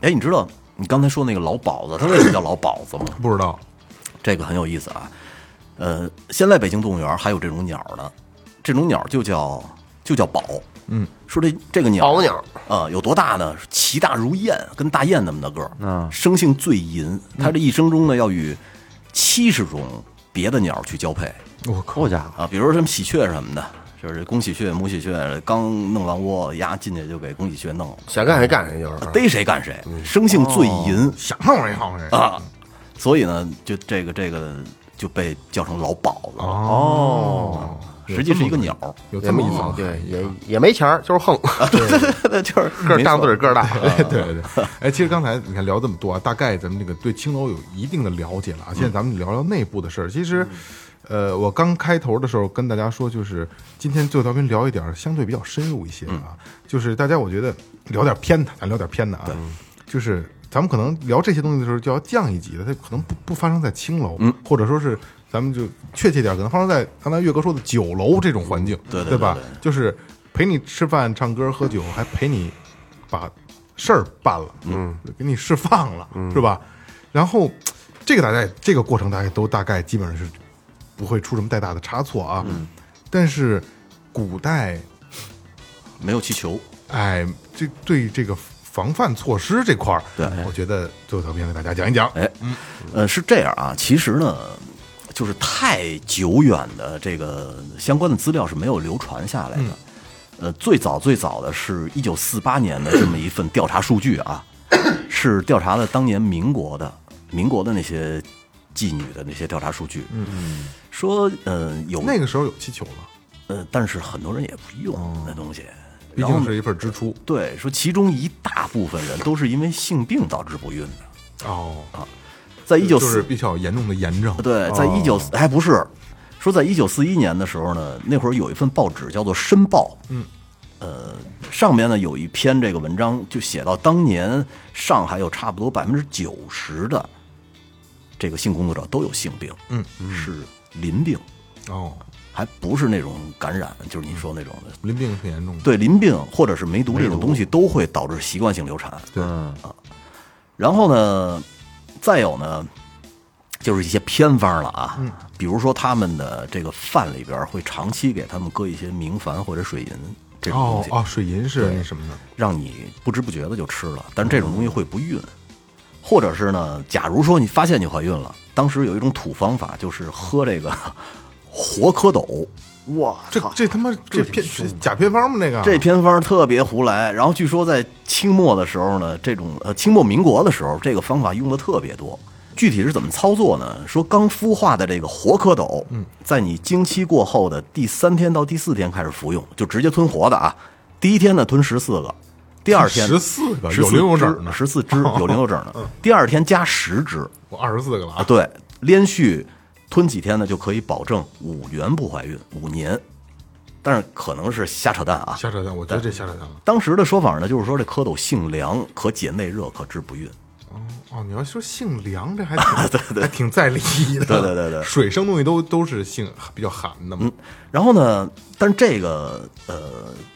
Speaker 6: 哎，你知道你刚才说那个老鸨子，他为什么叫老鸨子吗？
Speaker 5: [LAUGHS]
Speaker 3: 不知道
Speaker 6: 这个很有意思啊。呃，现在北京动物园还有这种鸟呢，这种鸟就叫就叫宝。嗯，说这这个鸟
Speaker 4: 宝鸟
Speaker 6: 啊、有多大呢？其大如雁，跟大雁那么大个儿。
Speaker 5: 嗯
Speaker 6: 生性最淫，
Speaker 4: 嗯
Speaker 6: 它这一生中呢要与七十种别的鸟去交配
Speaker 5: 好家伙，
Speaker 6: 啊，比如说什么喜鹊什么的，就是公喜鹊、母喜鹊刚弄完窝，鸭进去就给公喜鹊弄了，
Speaker 4: 想干谁干谁就是。
Speaker 6: 逮谁干谁，
Speaker 4: 嗯
Speaker 6: 生性最
Speaker 4: 哦
Speaker 6: 淫。
Speaker 3: 想弄没弄这
Speaker 6: 啊，所以呢，就这个这个就被叫成老鸨子了，
Speaker 3: 哦，
Speaker 6: 实际是一个鸟，
Speaker 3: 有这
Speaker 4: 也
Speaker 3: 么
Speaker 4: 没
Speaker 3: 一
Speaker 5: 哦
Speaker 3: 层，
Speaker 4: 对，也也没钱儿，就是横，
Speaker 6: [LAUGHS] 就是
Speaker 4: [LAUGHS] 个儿
Speaker 6: 没
Speaker 4: 大
Speaker 6: 错
Speaker 4: 自个儿个儿
Speaker 3: [LAUGHS]
Speaker 4: 大。
Speaker 3: 对对对，哎，其实刚才你看聊这么多啊，大概咱们这个对青楼有一定的了解
Speaker 6: 嗯
Speaker 3: 了啊。现在咱们聊聊内部的事儿。其实，呃，我刚开头的时候跟大家说，就是呃今天最后调频聊一点儿相对比较深入一些的
Speaker 6: 嗯
Speaker 3: 啊，就是大家我觉得聊点偏的，咱聊点偏的啊，
Speaker 6: 嗯
Speaker 3: 就是咱们可能聊这些东西的时候就要降一级的，它可能不不发生在青楼，
Speaker 6: 嗯
Speaker 3: 或者说是咱们就确切点儿，可能发生在刚才岳哥说的酒楼这种环境，
Speaker 6: 对对
Speaker 3: 对吧
Speaker 6: 对对？
Speaker 3: 就是陪你吃饭、唱歌、喝酒，还陪你把事儿办了，嗯，给你释放了，
Speaker 6: 嗯
Speaker 3: 是吧？然后这个大家这个过程大家都大概基本上是不会出什么太大的差错啊。
Speaker 6: 嗯
Speaker 3: 但是古代
Speaker 6: 没有气球，
Speaker 3: 哎，这对这个防范措施这块儿，
Speaker 6: 对
Speaker 3: 我觉得最后条片给大家讲一讲。
Speaker 6: 哎，呃，是这样啊，其实呢，就是太久远的这个相关的资料是没有流传下
Speaker 3: 嗯
Speaker 6: 来的。呃，最早最早的是一九四八年的这么一份调查数据
Speaker 3: [COUGHS]
Speaker 6: 啊，是调查了当年民国的民国的那些妓女的那些调查数据。嗯，说呃有
Speaker 3: 那个时候有气球了，
Speaker 6: 呃，但是很多人也不用那东西。
Speaker 3: 毕
Speaker 6: 然后
Speaker 3: 竟是一份支出
Speaker 6: 对，说其中一大部分人都是因为性病导致不孕的，
Speaker 3: 哦。
Speaker 6: 在一九
Speaker 3: 就是
Speaker 6: 四
Speaker 3: 比较严重的炎症，
Speaker 6: 对，在一九还不是说在一九四一年的时候呢，那会儿有一份报纸叫做《申报》，嗯，呃，上面呢有一篇这个文章就写到当年上海有差不多百分之九十的这个性工作者都有性病，嗯，是淋病，
Speaker 3: 哦，
Speaker 6: 还不是那种感染，就是你说那种的。
Speaker 3: 淋病挺严重的。
Speaker 6: 对淋病或者是梅毒这种东西都会导致习惯性流产。
Speaker 3: 对
Speaker 6: 啊，然后呢，再有呢，就是一些偏方了啊，
Speaker 3: 嗯
Speaker 6: 比如说他们的这个饭里边会长期给他们搁一些明矾或者水银这种东
Speaker 3: 哦
Speaker 6: 西，
Speaker 3: 哦，水银是那什么的，
Speaker 6: 让你不知不觉的就吃了，但是这种
Speaker 3: 哦
Speaker 6: 东西会不孕。或者是呢，假如说你发现你怀孕了，当时有一种土方法，就是喝这个 [LAUGHS] 活蝌蚪，
Speaker 4: 哇，
Speaker 3: 这这他妈这偏这假偏方吗？那个
Speaker 6: 这偏方特别胡来。然后据说在清末的时候呢，这种呃清末民国的时候，这个方法用的特别多。具体是怎么操作呢？说刚孵化的这个活蝌蚪，
Speaker 3: 嗯
Speaker 6: 在你经期过后的第三天到第四天开始服用，就直接吞活的啊。第一天呢吞十四个，第二天
Speaker 3: 十四个
Speaker 6: 14
Speaker 3: 有零有整呢嗯
Speaker 6: 只，十四
Speaker 3: [LAUGHS]
Speaker 6: 只有零有整的。第二天加十只，
Speaker 3: 我二十四个了啊！
Speaker 6: 对，连续吞几天呢，就可以保证五元不怀孕五年。但是可能是瞎扯淡啊，
Speaker 3: 瞎扯淡，我觉得这瞎扯淡了。
Speaker 6: 当时的说法呢，就是说这蝌蚪性凉，可解内热，可治不孕。
Speaker 3: 哦，你要说姓梁，这
Speaker 6: [LAUGHS]
Speaker 3: 还挺还挺在理的。
Speaker 6: 对对对嗯对
Speaker 3: 水生东西都都是性比较寒的嘛。
Speaker 6: 然后呢，但是这个呃，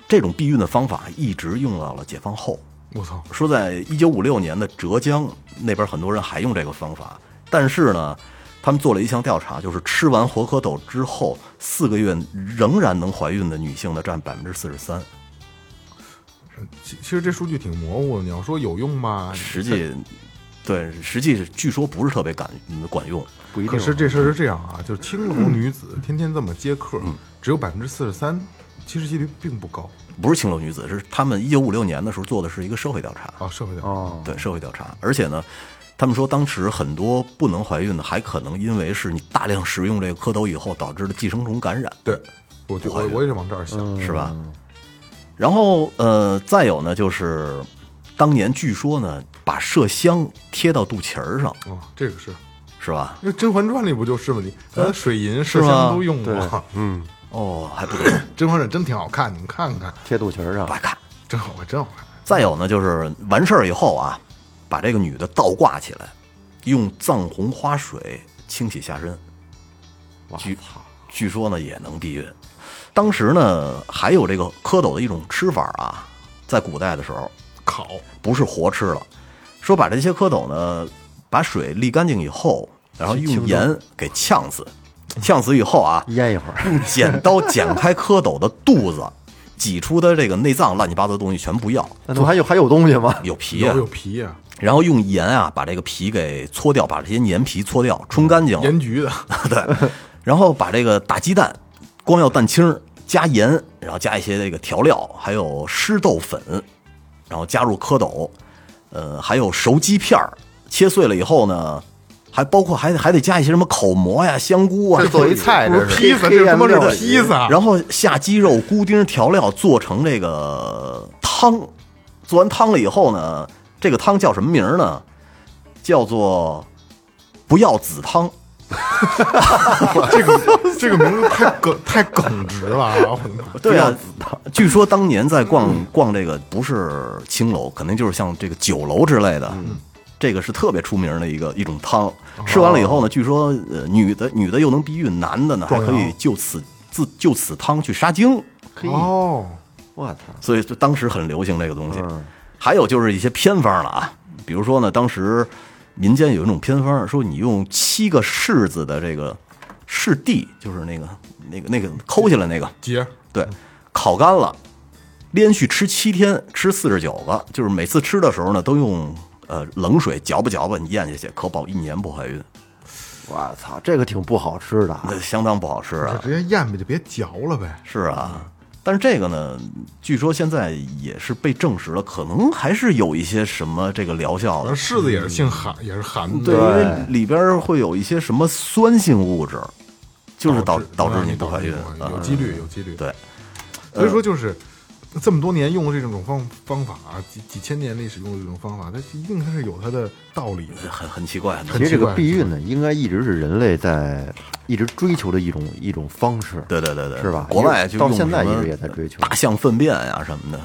Speaker 6: 这种避孕的方法一直用到了解放后。
Speaker 3: 我操，
Speaker 6: 说在一九五六年的浙江那边，很多人还用这个方法，但是呢，他们做了一项调查，就是吃完活蝌蚪之后四个月仍然能怀孕的女性呢，占百分之四十三。
Speaker 3: 其其实这数据挺模糊的。你要说有用吧，
Speaker 6: 实际，对，实际是据说不是特别感管用。
Speaker 5: 不一定
Speaker 6: 嗯
Speaker 3: 可。是这事儿是这样啊，就是青楼女子天天这么接客，只有百分之四十三其实几率并不高
Speaker 6: 不是青楼女子，是他们一九五六年的时候做的是一个社会调查，
Speaker 3: 啊，社会的
Speaker 5: 哦，
Speaker 6: 对社会调查，而且呢，他们说当时很多不能怀孕的，还可能因为是你大量使用这个蝌蚪以后导致的寄生虫感染，
Speaker 3: 对，我就我我也是往这儿想，
Speaker 6: 是吧？然后呃，再有呢，就是当年据说呢，把麝香贴到肚脐儿上，
Speaker 3: 哦，这个是，
Speaker 6: 是吧？
Speaker 3: 因为《甄嬛传》里不就是吗？你咱水银、麝
Speaker 6: 嗯吗
Speaker 3: 香都用过，嗯，
Speaker 6: 哦，还不错，
Speaker 3: 《甄嬛传》真挺好看，你们看看，
Speaker 5: 贴肚脐儿啊上
Speaker 6: 不，爱看。
Speaker 3: 真好看，真好看。
Speaker 6: 再有呢，就是完事儿以后啊，把这个女的倒挂起来，用藏红花水清洗下身。据据说呢，也能避孕。当时呢，还有这个蝌蚪的一种吃法啊，在古代的时候，
Speaker 3: 烤
Speaker 6: 不是活吃了，说把这些蝌蚪呢，把水沥干净以后，然后用盐给呛死，呛死以
Speaker 3: [LAUGHS]
Speaker 6: 后啊，
Speaker 5: 腌一会儿，
Speaker 6: 用剪刀剪开蝌蚪的肚子，挤出的这个内脏乱七八糟的东西全不要，
Speaker 5: 那他还有还有东西吗？
Speaker 6: 有皮啊呀、
Speaker 3: 有有皮呀，
Speaker 6: 然后用盐啊把这个皮给搓掉，把这些黏皮搓掉，冲干净了，
Speaker 3: 盐焗的，
Speaker 6: [LAUGHS] 对，然后把这个打鸡蛋，光要蛋清儿加盐，然后加一些这个调料，还有湿豆粉，然后加入蝌蚪，呃，还有熟鸡片儿，切碎了以后呢，还包括还还得加一些什么口蘑呀、香菇啊
Speaker 4: 这，做一菜，这是
Speaker 3: 披萨，这他妈是披萨，
Speaker 6: 然后下鸡肉、菇丁调料做成这个汤，做完汤了以后呢，这个汤叫什么名儿呢？叫做不要子汤。
Speaker 3: 这个这个名字太梗 [LAUGHS] 太耿直了啊！我
Speaker 6: [LAUGHS]
Speaker 3: 的妈！
Speaker 6: 对啊，嗯据说当年在逛逛这个不是青楼，肯定就是像这个酒楼之类的，这个是特别出名的一个一种汤。吃完了以后呢，据说呃女的女的又能避孕，男的呢还可以就此自就此汤去杀精，
Speaker 3: 哦，
Speaker 5: 我操，
Speaker 6: 所以就当时很流行这个东西。还有就是一些偏方了啊，比如说呢，当时民间有一种偏方，说你用七个柿子的这个柿蒂，就是那个那个那个抠下来那个，
Speaker 3: 姐，
Speaker 6: 对，烤干了，连续吃七天，吃四十九个，就是每次吃的时候呢，都用呃冷水搅吧搅吧，你咽下去，可保一年不怀孕，
Speaker 5: 我操，这个挺不好吃的啊，
Speaker 6: 那相当不好吃
Speaker 3: 就
Speaker 6: 啊。
Speaker 3: 直接咽呗，就别嚼了呗。
Speaker 6: 是啊，但是这个呢，据说现在也是被证实了，可能还是有一些什么这个疗效
Speaker 3: 反正
Speaker 6: 的。
Speaker 3: 柿子也是姓韩，也是韩的，
Speaker 6: 对，因为里边会有一些什么酸性物质，就是导导
Speaker 3: 嗯
Speaker 6: 致你不怀孕
Speaker 3: 导
Speaker 6: 啊
Speaker 3: 致。有几率，有几率。
Speaker 6: 对，呃
Speaker 3: 所以说就是这么多年用的这种方方法啊，几几千年历史用的这种方法，它一定它是有它的道理的。
Speaker 6: 很很奇怪，
Speaker 5: 其实这个
Speaker 3: 很奇怪
Speaker 5: 避孕呢，应该一直是人类在一直追求的一种一种方式，
Speaker 6: 对对对对，
Speaker 5: 是吧
Speaker 6: 国外就
Speaker 5: 到
Speaker 6: 用
Speaker 5: 现在
Speaker 6: 什么
Speaker 5: 一直也在追求
Speaker 6: 大象粪便呀、什么的，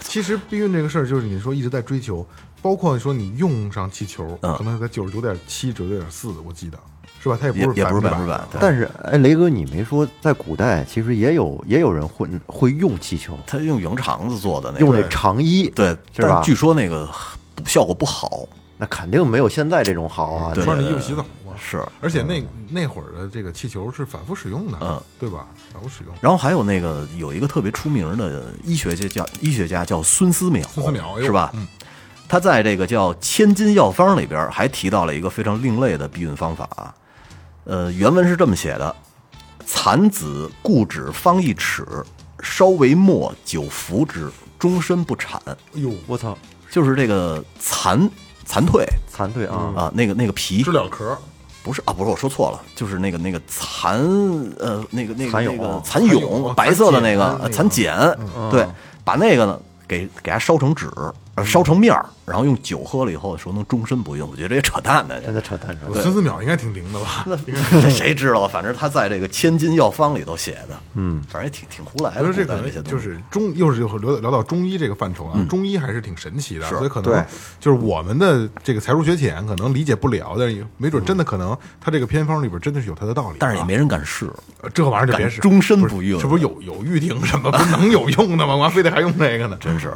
Speaker 3: 其实避孕这个事儿，就是你说一直在追求，包括说你用上气球，
Speaker 6: 嗯
Speaker 3: 可能在九十九点七、九九点四，我记得是吧？它也
Speaker 6: 也
Speaker 3: 不是
Speaker 6: 也不是
Speaker 3: 百分
Speaker 6: 百分
Speaker 3: 之
Speaker 6: 之
Speaker 3: 百
Speaker 6: 百。。对
Speaker 5: 但是，哎，雷哥，你没说，在古代其实也有也有人会会用气球，
Speaker 6: 他用羊肠子做的那个，
Speaker 5: 用那长衣，，
Speaker 6: 对，
Speaker 5: 是吧
Speaker 6: 但据说那个不效果不好，
Speaker 5: 那肯定没有现在这种好啊。
Speaker 6: 对
Speaker 3: 穿着衣服洗澡嘛。
Speaker 6: 是。
Speaker 3: 而且那那会儿的这个气球是反复使用的，
Speaker 6: 嗯
Speaker 3: 对吧？反复使用。
Speaker 6: 然后还有那个有一个特别出名的医学家叫医学家叫孙思邈，
Speaker 3: 孙思邈哎呦
Speaker 6: 是吧？他在这个叫《千金药方》里边还提到了一个非常另类的避孕方法啊，呃，原文是这么写的：蚕子固止方一尺，稍为末，久服之，终身不产。
Speaker 3: 哎呦，
Speaker 5: 我操，
Speaker 6: 就是这个蚕蚕蜕
Speaker 5: 残退啊！
Speaker 6: 啊，那个那个皮
Speaker 3: 知了壳，
Speaker 6: 不是啊，不是我说错了，就是那个那个蚕呃，那个那个
Speaker 5: 蚕
Speaker 6: 那
Speaker 5: 蛹哦嗯
Speaker 6: 个蚕
Speaker 3: 蚕蛹
Speaker 6: 蛹，白色的那
Speaker 3: 哦蚕茧那
Speaker 6: 个呃
Speaker 3: 个
Speaker 6: 蚕茧，对，把那个呢给给它烧成纸，呃烧成面儿，然后用酒喝了以后说能终身不孕，我觉得这也扯淡
Speaker 3: [LAUGHS]
Speaker 6: 呢。
Speaker 5: 现在扯淡扯
Speaker 3: 我
Speaker 5: 淡，
Speaker 3: 孙思邈应该挺灵的
Speaker 6: [LAUGHS]
Speaker 3: 吧？
Speaker 6: 这谁知道？反正他在这个《千金药方》里头写的，嗯，反正也挺挺胡来
Speaker 3: 我觉
Speaker 6: 的。
Speaker 3: 得这
Speaker 6: 古
Speaker 3: 可
Speaker 6: 代些
Speaker 3: 能
Speaker 6: 东西
Speaker 3: 就是中，又是又聊到聊到中医这个范畴
Speaker 6: 嗯
Speaker 3: 啊，中医还是挺神奇的，所以可能
Speaker 5: 对
Speaker 3: 就是我们的这个才疏学浅，可能理解不了，但是也没准真的可能他这个偏方里边真的是有他的道理啊，
Speaker 6: 但是也没人敢试，
Speaker 3: 呃这玩意儿就别
Speaker 6: 敢
Speaker 3: 是
Speaker 6: 终身
Speaker 3: 不是
Speaker 6: 不孕
Speaker 3: 这不是有有预定什么，不是能有用的吗？我还非得还用这个呢？
Speaker 6: 真是。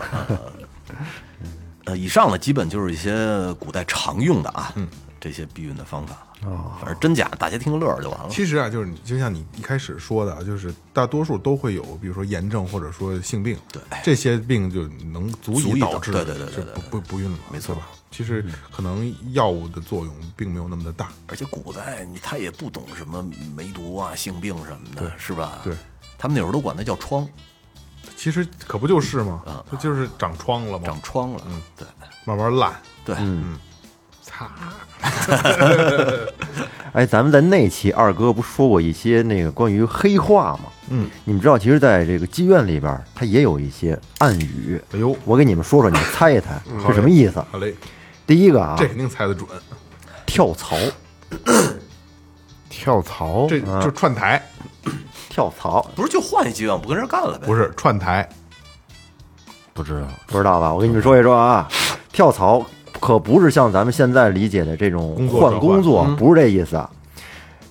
Speaker 6: 呃，呃以上呢，基本就是一些古代常用的啊，嗯，这些避孕的方法。
Speaker 5: 哦
Speaker 6: 反正真假大家听个乐儿就完了。
Speaker 3: 其实啊，就是你就像你一开始说的，啊就是大多数都会有，比如说炎症或者说性病，对这些病就能足
Speaker 6: 足
Speaker 3: 以
Speaker 6: 以
Speaker 3: 导
Speaker 6: 导
Speaker 3: 致
Speaker 6: 对对对对
Speaker 3: 就
Speaker 6: 对
Speaker 3: 不
Speaker 6: 对
Speaker 3: 不不孕了，
Speaker 6: 没错嗯
Speaker 3: 对吧？其实可能药物的作用并没有那么的大，
Speaker 6: 而且古代你他也不懂什么梅毒啊、性病什么的，是吧？
Speaker 3: 对，
Speaker 6: 他们那会儿都管那叫疮，
Speaker 3: 其实可不就是吗？它就是长疮了嘛
Speaker 6: 嗯长，疮了。对
Speaker 3: 慢慢烂，
Speaker 6: 对，
Speaker 3: 擦，
Speaker 5: 哎，咱们在那期二哥不说过一些那个关于黑话吗？嗯，你们知道，其实在这个妓院里边儿，它也有一些暗语。
Speaker 3: 哎呦
Speaker 5: 我给你们说说，你们猜一猜
Speaker 3: 好
Speaker 6: 嗯
Speaker 5: 是
Speaker 3: 嘞
Speaker 5: 什么意思？
Speaker 3: 好嘞，
Speaker 5: 第一个啊
Speaker 3: 这，肯定猜得准，
Speaker 5: 跳槽，
Speaker 4: 跳
Speaker 6: 哦
Speaker 4: 槽
Speaker 3: 这
Speaker 6: 啊
Speaker 3: 就串台，
Speaker 5: 跳槽，
Speaker 6: 不是就换一妓院，不跟人干了呗？
Speaker 3: 不是串台，
Speaker 4: 不知道，
Speaker 5: 不知道吧？我跟你们说一说啊，跳槽可不是像咱们现在理解的这种
Speaker 3: 工作
Speaker 5: 换
Speaker 3: 转换
Speaker 5: 工作，不是这意思啊。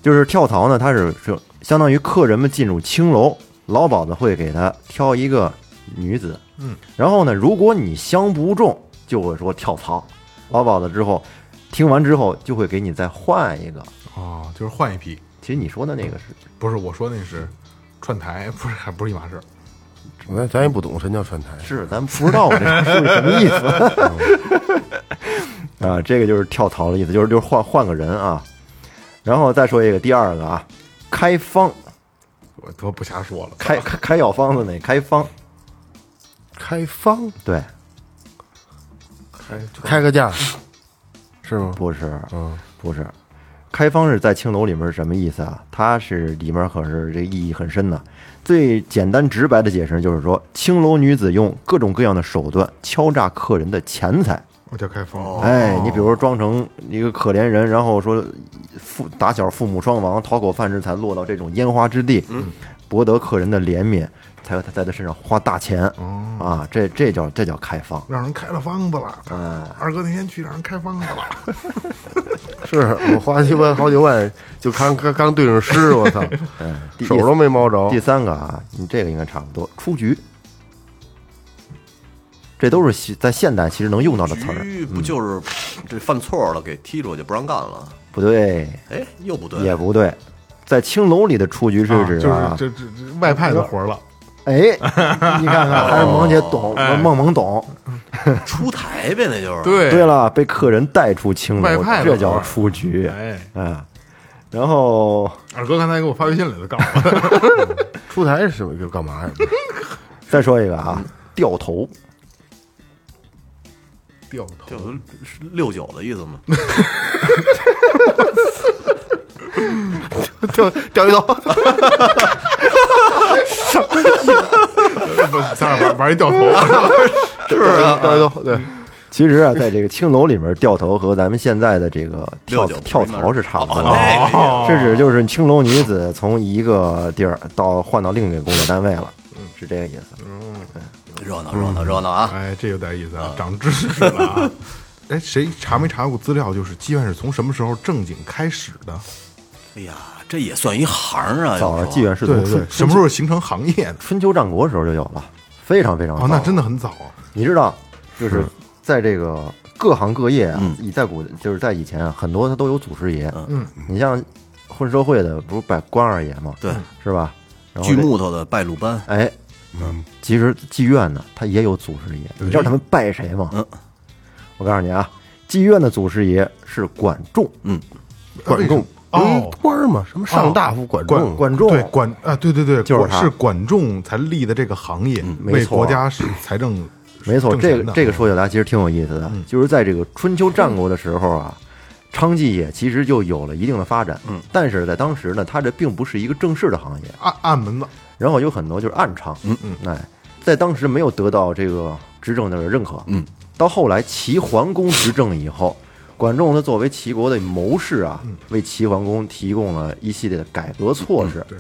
Speaker 5: 就是跳槽呢，它是是相当于客人们进入青楼，老鸨子会给他挑一个女子，嗯，然后呢，如果你相不中，就会说跳槽，老鸨子之后听完之后就会给你再换一个。
Speaker 3: 哦，就是换一批，
Speaker 5: 其实你说的那个是
Speaker 3: 不是我说那是串台， [LAUGHS] 不是还不是一码事儿，
Speaker 4: 咱咱也不懂什么叫串台，
Speaker 5: 是，咱们不知道我这是什么意思啊？这个就是跳槽的意思，就是就是换换个人啊。然后再说一个第二个啊，开方
Speaker 3: 我他妈不瞎说了，
Speaker 5: 开开开药方子那开方，
Speaker 4: 开方
Speaker 5: 对，
Speaker 4: 开个价是吗？
Speaker 5: 不是，嗯，不是，开方是在青楼里面是什么意思啊？它是里面可是这意义很深的。最简单直白的解释就是说，青楼女子用各种各样的手段敲诈客人的钱财。
Speaker 3: 我叫开封，
Speaker 5: 哎，你比如说装成一个可怜人，然后说父打小父母双亡，讨口饭吃，才落到这种烟花之地，
Speaker 3: 嗯
Speaker 5: 博得客人的怜悯，才他在他身上花大钱
Speaker 3: 哦
Speaker 5: 啊，这这叫这叫开放。
Speaker 3: 让人开了方子了，
Speaker 5: 嗯
Speaker 3: 二哥那天去让人开方子
Speaker 5: [LAUGHS]
Speaker 3: 了。
Speaker 4: 是我花鸡巴好几万，就刚刚刚对上诗，我 [LAUGHS] 操，
Speaker 5: 第
Speaker 4: 手都没摸着
Speaker 5: 第。三个啊，你这个应该差不多，出局。这都是现在现代其实能用到的词儿，
Speaker 6: 局不就是这犯错了给踢出去不让干了？
Speaker 5: 不对，
Speaker 6: 哎，又不对，
Speaker 5: 也不对，在青楼里的出局是
Speaker 3: 啊
Speaker 5: 指啊，
Speaker 3: 就是这这这外派的活儿了，
Speaker 5: 哎，你看
Speaker 3: [LAUGHS]
Speaker 5: 看还是萌姐懂，
Speaker 3: 哦
Speaker 5: 梦萌懂，
Speaker 6: 出台呗，那就是。
Speaker 3: 对
Speaker 5: 对了，被客人带出青
Speaker 3: 外
Speaker 5: 楼
Speaker 3: 派，了
Speaker 5: 这叫出局。
Speaker 3: 哎，
Speaker 5: 嗯，然后
Speaker 3: 二哥刚才给我发微信里头告诉我，
Speaker 4: 出台是就干嘛呀？
Speaker 5: 再说一个啊，
Speaker 3: 嗯
Speaker 5: 掉头，
Speaker 3: 掉
Speaker 4: [LAUGHS]
Speaker 3: 头
Speaker 6: 就就是六九的意思嘛，
Speaker 4: 钓钓鱼岛，
Speaker 3: [LAUGHS] 不，咱俩玩玩
Speaker 5: [LAUGHS]
Speaker 3: 一掉头，
Speaker 4: [LAUGHS] 是 [LAUGHS] 啊，钓鱼岛，对，
Speaker 5: 其实啊，在这个青楼里面，掉头和咱们现在的这个跳
Speaker 6: 六九
Speaker 5: 跳槽是差不多的。啊
Speaker 3: [LAUGHS] 哎
Speaker 6: 那个
Speaker 5: 这指就是青楼女子从一个地儿到换到另一个工作单位了，
Speaker 6: 嗯
Speaker 5: 是这个意思。
Speaker 6: 热闹热闹热闹啊！
Speaker 3: 哎，这有点意思
Speaker 5: 嗯
Speaker 3: 啊，长知识了 [LAUGHS] 啊。哎，谁查没查过资料？就是妓院是从什么时候正经开始的？
Speaker 6: 哎呀，这也算一行啊！
Speaker 5: 早
Speaker 6: 要
Speaker 5: 上
Speaker 6: 说
Speaker 5: 妓院是
Speaker 3: 对
Speaker 5: 从
Speaker 3: 对对
Speaker 5: 春，
Speaker 3: 什么时候形成行业的？
Speaker 5: 春秋战国时候就有了，非常非常
Speaker 3: 哦，
Speaker 5: 早
Speaker 3: 那真的很早啊。
Speaker 5: 你知道，就是在这个各行各业啊，你在古就是在以前啊，很多它都有祖师爷。嗯，你像混社会的，不是拜关二爷吗？
Speaker 6: 对，
Speaker 5: 是吧？然后
Speaker 6: 锯
Speaker 5: 这，
Speaker 6: 木头的拜鲁班，
Speaker 5: 哎，其实妓院呢，它也有祖师爷。你知道他们拜谁吗？
Speaker 6: 嗯，
Speaker 5: 我告诉你啊，妓院的祖师爷是管仲，
Speaker 4: 管仲
Speaker 3: 哦
Speaker 4: 嗯官儿嘛，什么上大夫管仲，
Speaker 5: 管仲
Speaker 3: 嗯对管啊，对对对，
Speaker 5: 就是
Speaker 3: 管
Speaker 5: 他嗯
Speaker 3: 是管仲才立的这个行业，
Speaker 5: 没
Speaker 3: 为
Speaker 5: 错
Speaker 3: 国家是财政
Speaker 5: 没错，
Speaker 3: 挣
Speaker 5: 这
Speaker 3: 钱
Speaker 5: 个
Speaker 3: 的嗯
Speaker 5: 这个说起来其实挺有意思的，就是在这个春秋战国的时候啊，娼妓业其实就有了一定的发展，嗯，但是在当时呢，它这并不是一个正式的行业，
Speaker 3: 暗暗啊门子，
Speaker 5: 然后有很多就是暗娼，嗯嗯，哎，在当时没有得到这个执政的认可，嗯，到后来齐桓公执政以后，管仲他作为齐国的谋士啊，为齐桓公提供了一系列的改革措施，
Speaker 3: 对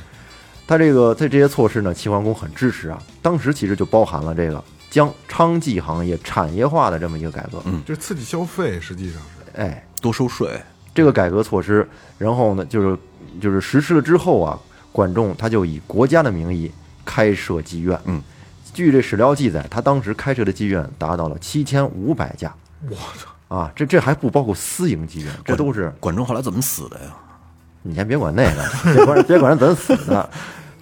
Speaker 5: 他这个在这些措施呢，齐桓公很支持啊，当时其实就包含了这个将娼妓行业产业化的这么一个改革，嗯，
Speaker 3: 就是刺激消费，实际上是
Speaker 5: 哎，
Speaker 6: 多收税，
Speaker 5: 这个改革措施，然后呢，就是就是实施了之后啊，管仲他就以国家的名义开设妓院。嗯，据这史料记载，他当时开设的妓院达到了七千五百家。
Speaker 3: 我操，
Speaker 5: 啊，这这还不包括私营妓院，这都是
Speaker 6: 管仲后来怎么死的呀？
Speaker 5: 你先别管那个，别管别管咱死的，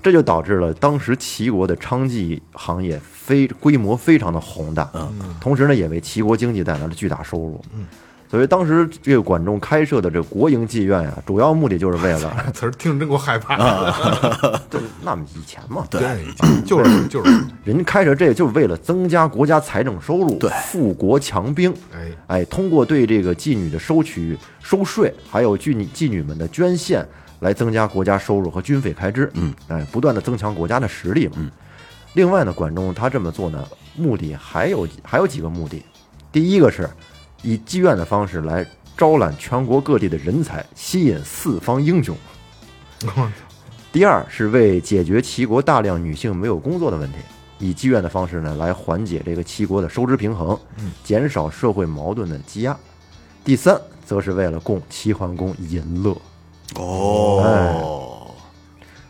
Speaker 5: 这就导致了当时齐国的娼妓行业非规模非常的宏大，嗯，同时呢也为齐国经济带来了巨大收入，嗯，所以当时这个管仲开设的这个国营妓院呀、主要目的就是为了，
Speaker 3: 词儿听着真给我害怕 [LAUGHS] 的，
Speaker 5: [LAUGHS] 对，那么以前嘛，啊对，
Speaker 3: 对，就是就是，
Speaker 5: 人家开设这个就是为了增加国家财政收入，
Speaker 6: 对
Speaker 5: 富国强兵，
Speaker 3: 哎
Speaker 5: 哎，通过对这个妓女的收取、收税，还有妓女妓女们的捐献，来增加国家收入和军费开支。嗯，哎，不断的增强国家的实力嘛。嗯。另外呢，管仲他这么做呢，目的还有还有几个目的。第一个是以妓院的方式来招揽全国各地的人才，吸引四方英雄。第二是为解决齐国大量女性没有工作的问题，以妓院的方式呢来缓解这个齐国的收支平衡，减少社会矛盾的积压。第三，则是为了供齐桓公淫乐。
Speaker 6: 哦，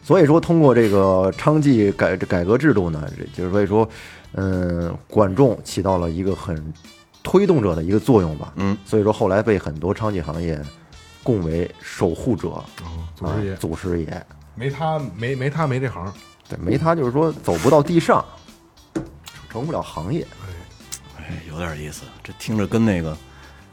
Speaker 5: 所以说，通过这个娼妓改改革制度呢，这就是所以说，嗯，管仲起到了一个很推动者的一个作用吧。
Speaker 6: 嗯，
Speaker 5: 所以说后来被很多娼妓行业供为守护者，
Speaker 3: 哦祖
Speaker 5: 啊
Speaker 3: 师爷
Speaker 5: 祖师爷。
Speaker 3: 没他没没他没这行，
Speaker 5: 对，没他就是说走不到地上，成不了行业。
Speaker 6: 哎，有点意思，这听着跟那个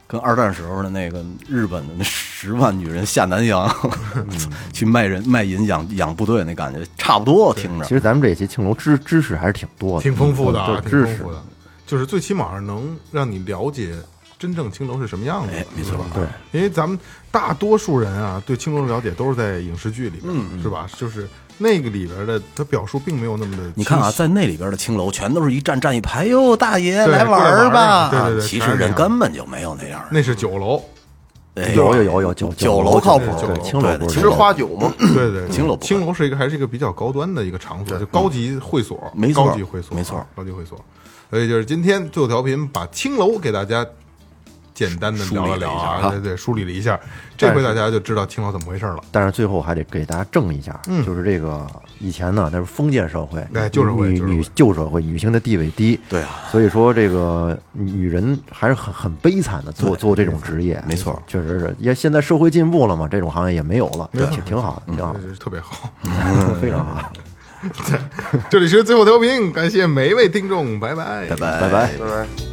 Speaker 6: 跟二战时候的那个日本的那十万女人下南洋
Speaker 3: 嗯
Speaker 6: [LAUGHS] 去卖人卖淫养养部队那感觉差不多，听
Speaker 5: 其
Speaker 6: 着。
Speaker 5: 实咱们这一期青楼知知识还是挺多的，
Speaker 3: 挺丰富的
Speaker 5: 嗯
Speaker 3: 啊，
Speaker 5: 都
Speaker 3: 挺
Speaker 5: 是
Speaker 3: 丰
Speaker 5: 知识
Speaker 3: 富。的，就是最起码能让你了解真正青楼是什么样子
Speaker 6: 哎
Speaker 3: 的，
Speaker 6: 没错
Speaker 3: 是吧？
Speaker 5: 对，
Speaker 3: 因为咱们大多数人啊，对青楼的了解都是在影视剧里
Speaker 6: 嗯
Speaker 3: 边，是吧？就是那个里边的，它表述并没有那么的。
Speaker 6: 你看啊，，在那里边的青楼全都是一站站一排，哟，大爷
Speaker 3: 对
Speaker 6: 来玩儿吧！啊
Speaker 3: 过来玩儿对对对
Speaker 6: 其
Speaker 3: 全
Speaker 6: 实
Speaker 3: 是这
Speaker 6: 人
Speaker 3: 样
Speaker 6: 根本就没有那样的。
Speaker 3: 那是酒楼，
Speaker 6: 哎
Speaker 5: 有有有有酒
Speaker 6: 酒
Speaker 5: 楼
Speaker 6: 楼靠谱
Speaker 5: 对，
Speaker 3: 酒
Speaker 5: 对
Speaker 3: 楼
Speaker 5: 青楼
Speaker 6: 对
Speaker 5: 不
Speaker 6: 其
Speaker 5: 是
Speaker 6: 实
Speaker 4: 吃花酒嘛，
Speaker 3: 对对，
Speaker 6: 青楼不
Speaker 3: 青楼是一个还是一个比较高端的一个场所，就高级会所，
Speaker 6: 嗯没错
Speaker 3: 高级会所，
Speaker 6: 没错
Speaker 3: 啊，高级会所。所以就是今天最后调频把青楼给大家简单的聊了聊啊，对对，梳理了一下，这回大家就知道青楼怎么回事了。
Speaker 5: 但是最后还得给大家正一下，就是这个以前呢，那是封建社会，
Speaker 3: 嗯哎旧社会
Speaker 5: 女女旧
Speaker 3: 旧社会
Speaker 5: 社会，女性的地位低，
Speaker 6: 对啊，
Speaker 5: 所以说这个女人还是很很悲惨的，做做这种职业，
Speaker 6: 没错
Speaker 5: 确实是，也现在社会进步了嘛，这种行业也没有了，挺挺好的，挺好的，
Speaker 3: 这是特别好， [LAUGHS]
Speaker 5: 非常好，
Speaker 3: 嗯这里是最后调频，感谢每一位听众，拜拜，拜拜。
Speaker 6: 拜
Speaker 3: 哎
Speaker 5: 拜拜。
Speaker 4: 拜拜。